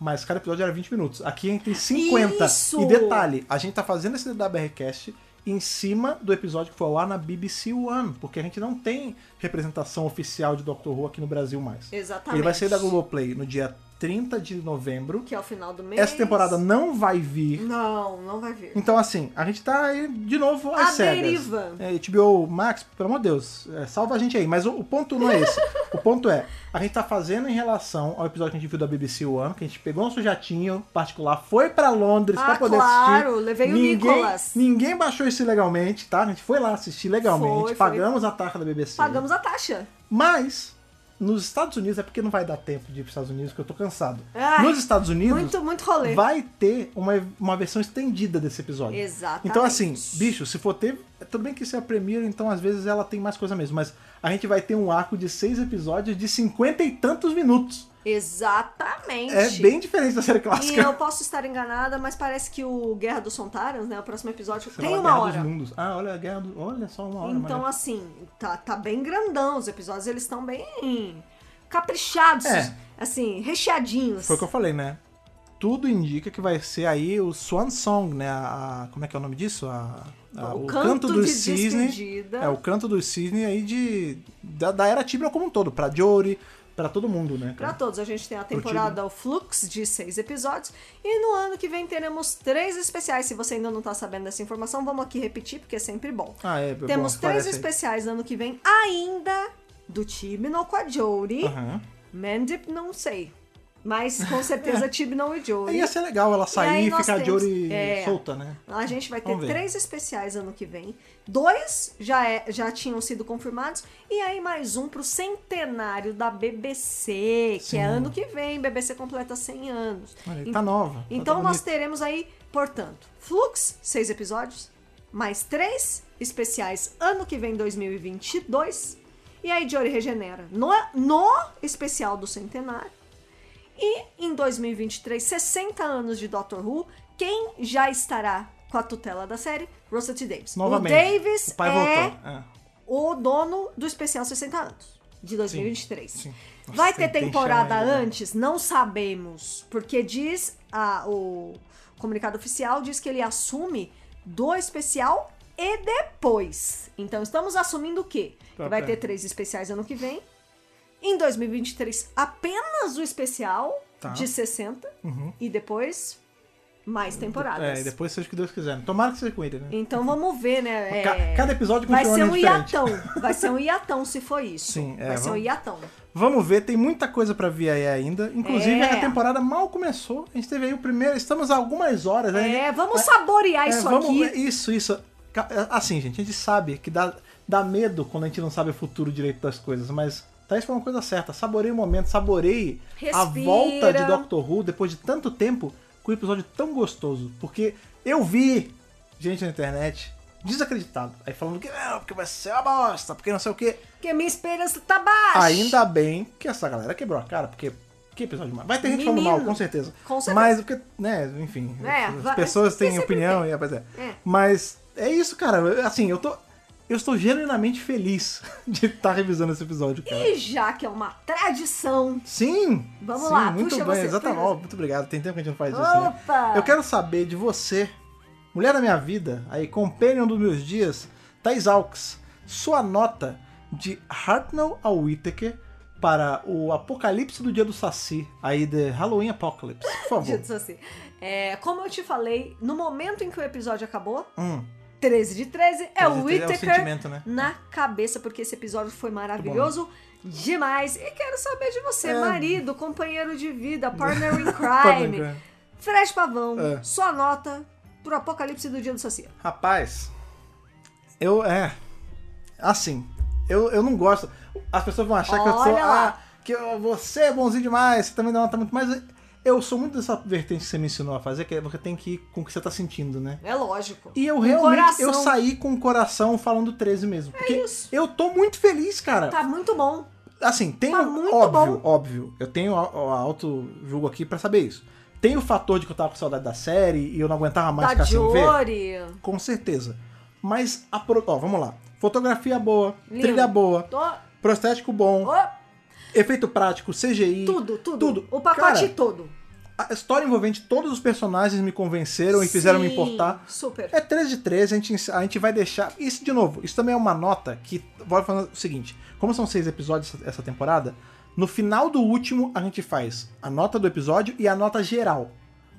S1: Mas cada episódio era 20 minutos. Aqui a gente tem 50.
S2: Isso!
S1: E detalhe, a gente tá fazendo esse DWRcast em cima do episódio que foi ao ar na BBC One, porque a gente não tem representação oficial de Doctor Who aqui no Brasil mais.
S2: Exatamente.
S1: Ele vai sair da Globoplay no dia 30 de novembro.
S2: Que é o final do mês.
S1: Essa temporada não vai vir
S2: Não, não vai vir.
S1: então, assim, a gente tá aí de novo às
S2: À
S1: cegas.
S2: deriva.
S1: É, HBO Max, pelo amor de Deus, é, salva a gente aí. Mas o, o ponto não é esse. o ponto é, a gente tá fazendo em relação ao episódio que a gente viu da BBC One, que a gente pegou nosso jatinho particular, foi pra Londres
S2: Ah,
S1: pra poder assistir.
S2: claro, levei o
S1: ninguém,
S2: Nicolas.
S1: Ninguém baixou isso ilegalmente, tá? A gente foi lá assistir legalmente,
S2: Foi, foi.
S1: pagamos a taxa da BBC.
S2: Pagamos a taxa.
S1: Mas... Nos Estados Unidos, é porque não vai dar tempo de ir para Estados Unidos, porque eu tô cansado.
S2: Ai,
S1: nos Estados Unidos,
S2: Muito, muito rolê.
S1: vai ter uma, uma versão estendida desse episódio.
S2: Exatamente.
S1: Então, assim, bicho, se for ter. Tudo bem que isso é a Premiere, então às vezes ela tem mais coisa mesmo, mas a gente vai ter um arco de seis episódios de cinquenta e tantos minutos.
S2: Exatamente.
S1: É bem diferente da série
S2: E
S1: clássica.
S2: eu posso estar enganada, mas parece que o Guerra dos Sontarans, né? O próximo episódio
S1: Sei lá,
S2: tem
S1: a
S2: uma
S1: Guerra
S2: hora.
S1: Dos mundos. Ah, olha a guerra do... Olha só uma hora.
S2: Então,
S1: mano.
S2: assim, tá, tá bem grandão. Os episódios, eles estão bem caprichados.
S1: É.
S2: Assim, recheadinhos.
S1: Foi o que eu falei, né? Tudo indica que vai ser aí o Swan Song, né? A, a- como é que é o nome disso? A, a-
S2: O canto de despedida.
S1: É, o canto do cisne aí de. Da, da era Tibra como um todo, pra Jory, pra todo mundo, né?
S2: Pra
S1: cara?
S2: todos, a gente tem a temporada O Flux de seis episódios. E no ano que vem teremos três especiais. Se você ainda não tá sabendo dessa informação, vamos aqui repetir, porque é sempre bom.
S1: Ah, é,
S2: Temos
S1: bom,
S2: três
S1: esclarece aí.
S2: especiais no ano que vem, ainda do Tibnon com a Jory.
S1: Aham.
S2: Mandip, não sei. Mas com certeza
S1: É.
S2: Tibnon e
S1: Aí
S2: Jory.
S1: ia ser legal ela sair e,
S2: aí nós
S1: ficar de
S2: temos-
S1: olho
S2: é.
S1: solta, né?
S2: A gente vai ter
S1: Vamos ver.
S2: três especiais ano que vem. Dois já, é- já tinham sido confirmados. E aí mais um pro centenário da BBC, que
S1: Sim.
S2: é ano que vem. BBC completa 100 anos.
S1: Olha,
S2: En-
S1: tá nova. tá-
S2: Então
S1: tá
S2: nós
S1: bonita.
S2: teremos aí, portanto, Flux, seis episódios, mais três especiais ano que vem, 2022. E aí Jory regenera no, no especial do centenário. E em 2023, 60 anos de Doctor Who, quem já estará com a tutela da série? Russell T. Davis.
S1: Novamente.
S2: O Davis
S1: O pai
S2: é
S1: voltou. É.
S2: o dono do especial 60 anos de 2023.
S1: sim.
S2: Vai
S1: Nossa,
S2: ter
S1: tem
S2: temporada
S1: chão ainda, né?
S2: antes? Não sabemos, porque diz a- o comunicado oficial diz que ele assume do especial e depois. Então estamos assumindo o quê?
S1: Tá
S2: Que vai
S1: bem.
S2: ter três especiais ano que vem. Em 2023 apenas o especial
S1: Tá.
S2: de 60
S1: Uhum.
S2: e depois mais temporadas.
S1: É, e depois seja o que Deus quiser. Tomara que seja com ele, né?
S2: Então vamos ver, né?
S1: Ca-
S2: É,
S1: Cada episódio com
S2: Vai ser um
S1: diferente.
S2: hiatão. Vai ser um hiatão se for isso.
S1: Sim, é,
S2: vai ser um
S1: vamos-
S2: hiatão.
S1: Vamos ver, tem muita coisa pra vir aí ainda. Inclusive,
S2: É.
S1: a temporada mal começou. A gente teve aí o primeiro. Estamos há algumas horas aí.
S2: É, vamos
S1: É,
S2: saborear
S1: é,
S2: isso
S1: vamos ver-
S2: aqui.
S1: Isso, isso. Ca- é, Assim, gente, a gente sabe que dá, dá medo quando a gente não sabe o futuro direito das coisas, mas Thaís falou uma coisa certa. Saboreie o momento, saboreie a
S2: Respira.
S1: volta de Doctor Who depois de tanto tempo com um episódio tão gostoso. Porque eu vi gente na internet desacreditado, aí falando que não, porque vai ser uma bosta, porque não sei o quê.
S2: Porque minha esperança tá baixa.
S1: Ainda bem que essa galera quebrou a cara, porque que episódio mais. Vai ter gente falando
S2: Menino.
S1: mal, com certeza.
S2: Com certeza.
S1: Mas, porque, né, enfim,
S2: É,
S1: as
S2: vai-
S1: pessoas têm
S2: sempre
S1: opinião e rapaz, é.
S2: É.
S1: Mas é isso, cara. Eu- Assim, eu tô. Eu estou genuinamente feliz de estar revisando esse episódio, cara.
S2: E já que é uma tradição,
S1: Sim!
S2: Vamos
S1: sim,
S2: lá,
S1: muito
S2: puxa
S1: bem,
S2: você,
S1: exatamente.
S2: puxa.
S1: Ó, Muito obrigado. Tem tempo que a gente não faz isso, né?
S2: Opa!
S1: Eu quero saber de você, mulher da minha vida, aí, companion dos meus dias, Thais Alks, sua nota de Hartnell ao Whittaker para o apocalipse do dia do Saci, aí, The Halloween Apocalypse. Por favor.
S2: dito assim, é, como eu te falei, no momento em que o episódio acabou,
S1: Hum,
S2: 13 de 13, é o
S1: é o
S2: Whittaker
S1: sentimento, né?
S2: na cabeça, porque esse episódio foi maravilhoso demais. E quero saber de você,
S1: né? É.
S2: marido, companheiro de vida, partner in
S1: Pode
S2: crime,
S1: lembrar.
S2: Fred Pavão,
S1: É.
S2: sua nota pro Apocalipse do Dia do Saci.
S1: Rapaz, eu é. Assim, eu, eu não gosto. As pessoas vão achar que eu sou.
S2: Olha lá.
S1: Ah, que eu- você é bonzinho demais, você também dá é nota muito. Mas Eu sou muito dessa vertente que você me ensinou a fazer, que é você tem que ir com o que você tá sentindo, né?
S2: É lógico.
S1: E eu
S2: Um
S1: realmente eu
S2: coração. É
S1: saí com o coração falando 13 mesmo. Porque
S2: isso.
S1: eu tô muito feliz, cara.
S2: Tá muito bom.
S1: Assim, tem
S2: Tá
S1: o-
S2: muito
S1: óbvio,
S2: bom.
S1: óbvio. Eu tenho a- a auto jogo aqui pra saber isso. Tem o fator de que eu tava com saudade da série e eu não aguentava mais
S2: da
S1: ficar sem ver.
S2: Jory.
S1: Com certeza. Mas a pro... ó, vamos lá. Fotografia boa,
S2: Lindo.
S1: trilha boa,
S2: Tô...
S1: prostético bom,
S2: Ô,
S1: efeito prático, CGI.
S2: tudo, tudo,
S1: Tudo.
S2: O pacote
S1: Cara,
S2: todo.
S1: A história envolvente todos os personagens me convenceram e fizeram me
S2: Sim,
S1: importar.
S2: Super.
S1: É 13 de 13, a gente, a gente vai deixar. Isso, de novo, isso também é uma nota que. Vou falar o seguinte: como são seis episódios essa- essa temporada, no final do último a gente faz a nota do episódio e a nota geral.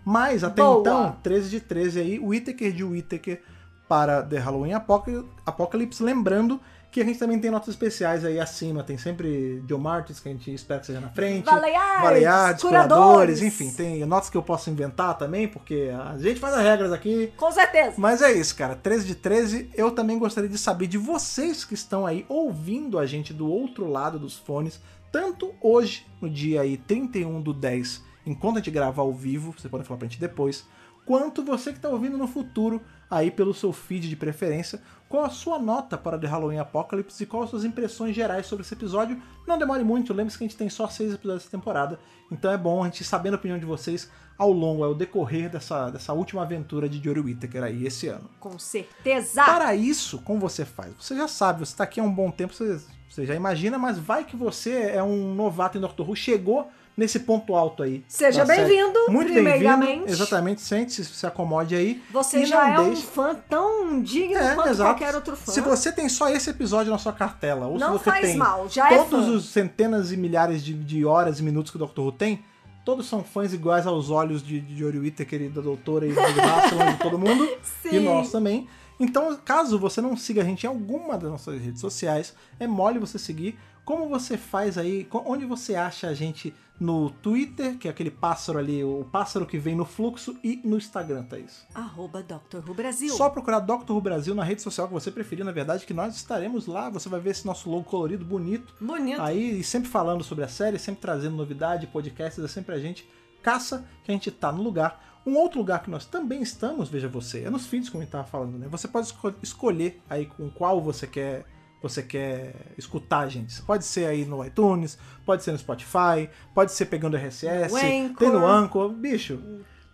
S1: Mas até
S2: Boa.
S1: então, 13 de 13 aí, Whittaker de Whittaker para The Halloween Apoca- Apocalypse. Lembrando que a gente também tem notas especiais aí acima, tem sempre Joe Martins, que a gente espera que seja na frente.
S2: Baleares,
S1: Baleares, curadores,
S2: curadores.
S1: enfim, tem notas que eu posso inventar também, porque a gente faz as regras aqui.
S2: Com certeza.
S1: Mas é isso, cara. 13 de 13. Eu também gostaria de saber de vocês que estão aí ouvindo a gente do outro lado dos fones, tanto hoje, no dia aí 31 do 10, enquanto a gente gravar ao vivo, você pode falar pra gente depois, quanto você que tá ouvindo no futuro, aí pelo seu feed de preferência, qual a sua nota para The Halloween Apocalypse e quais as suas impressões gerais sobre esse episódio. Não demore muito, lembre-se que a gente tem só seis episódios dessa temporada, então é bom a gente saber a opinião de vocês ao longo, ao decorrer dessa, dessa última aventura de Jory Whittaker aí esse ano.
S2: Com certeza.
S1: Para isso, como você faz? Você já sabe, você está aqui há um bom tempo, você, você já imagina, mas vai que você é um novato em Doctor Who, chegou nesse ponto alto aí.
S2: Seja
S1: da série.
S2: bem-vindo,
S1: Muito bem-vindo.
S2: primeiramente.
S1: Exatamente, sente-se, se acomode aí.
S2: Você
S1: E
S2: já
S1: não
S2: é um
S1: deixe-
S2: fã tão digno
S1: É,
S2: quanto
S1: exato.
S2: qualquer outro fã.
S1: Se você tem só esse episódio na sua cartela, ou
S2: Não
S1: se você
S2: faz
S1: tem
S2: mal, já é
S1: todos
S2: fã.
S1: os centenas e milhares de, de horas e minutos que o Dr. Who tem, todos são fãs iguais aos olhos de, de Jory Whittaker e da doutora e do Russell, de todo mundo.
S2: Sim.
S1: E nós também. Então, caso você não siga a gente em alguma das nossas redes sociais, é mole você seguir. Como você faz aí? co- Onde você acha a gente no Twitter, que é aquele pássaro ali, o pássaro que vem no fluxo, e no Instagram, Thaís?
S2: Arroba Dr. Who Brasil.
S1: Só procurar Doctor Who Brasil na rede social que você preferir, na verdade, que nós estaremos lá. Você vai ver esse nosso logo colorido, bonito.
S2: Bonito.
S1: Aí, e sempre falando sobre a série, sempre trazendo novidade, podcasts, é sempre a gente caça que a gente tá no lugar. Um outro lugar que nós também estamos, veja você, é nos feeds, como a gente tava falando, né? Você pode esco- escolher aí com qual você quer você quer escutar a gente. Pode ser aí no iTunes, pode ser no Spotify, pode ser pegando RSS,
S2: No Anchor.
S1: tem no Anchor, bicho.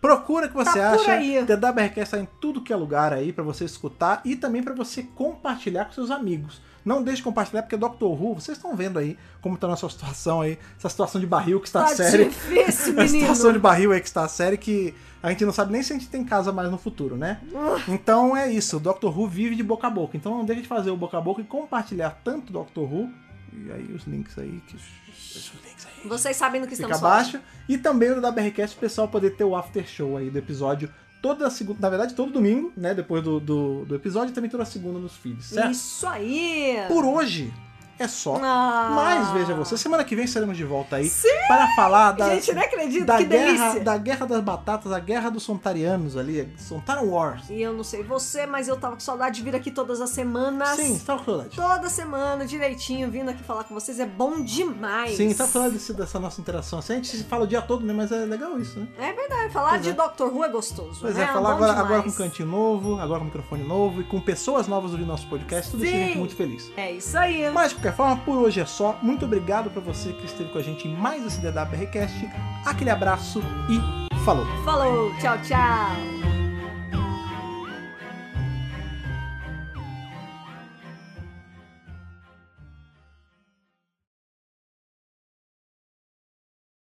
S1: Procura o que você
S2: Tá por
S1: acha.
S2: aí.
S1: TWRcast tá em tudo que é lugar aí pra você escutar e também pra você compartilhar com seus amigos. Não deixe de compartilhar, porque Doctor Who, vocês estão vendo aí como tá a nossa situação aí, essa situação de barril que está
S2: Tá
S1: séria.
S2: difícil,
S1: A
S2: menino.
S1: situação de barril aí que está séria que a gente não sabe nem se a gente tem casa mais no futuro, né? Então é isso, o Doctor Who vive de boca a boca. Então não deixe de fazer o boca a boca e compartilhar tanto Doctor Who. E aí os links aí, que. Os links aí
S2: Vocês sabem do que
S1: fica
S2: estamos
S1: abaixo. E também o da BRCast, o pessoal poder ter o after show aí do episódio toda segunda, na verdade todo domingo, né, depois do, do, do episódio e também toda segunda nos feeds,
S2: falando.
S1: certo?
S2: Isso aí.
S1: Por hoje é só.
S2: Ah.
S1: Mas veja você, semana que vem estaremos de volta aí
S2: Sim!
S1: para falar da
S2: Gente, não acredito.
S1: da
S2: que
S1: guerra,
S2: delícia.
S1: da guerra das batatas, a guerra dos Sontarianos ali, Sontaran Wars.
S2: E eu não sei você, mas eu tava com saudade de vir aqui todas as semanas.
S1: Sim, tá com saudade.
S2: Toda semana, direitinho, vindo aqui falar com vocês. É bom demais.
S1: Sim, tá com saudade desse- dessa nossa interação. Assim, a gente se fala o dia todo, né, mas é legal isso, né?
S2: É verdade, falar de Doctor Who é gostoso.
S1: Pois
S2: né?
S1: é, falar
S2: bom
S1: agora, agora com
S2: demais.
S1: cantinho novo, agora com microfone novo e com pessoas novas ouvindo nosso podcast, tudo isso a
S2: Sim.
S1: gente muito feliz.
S2: É isso aí.
S1: Mas, de qualquer forma, por hoje é só. Muito obrigado pra você que esteve com a gente em mais esse DWRcast. Aquele abraço e falou!
S2: Falou, tchau, tchau.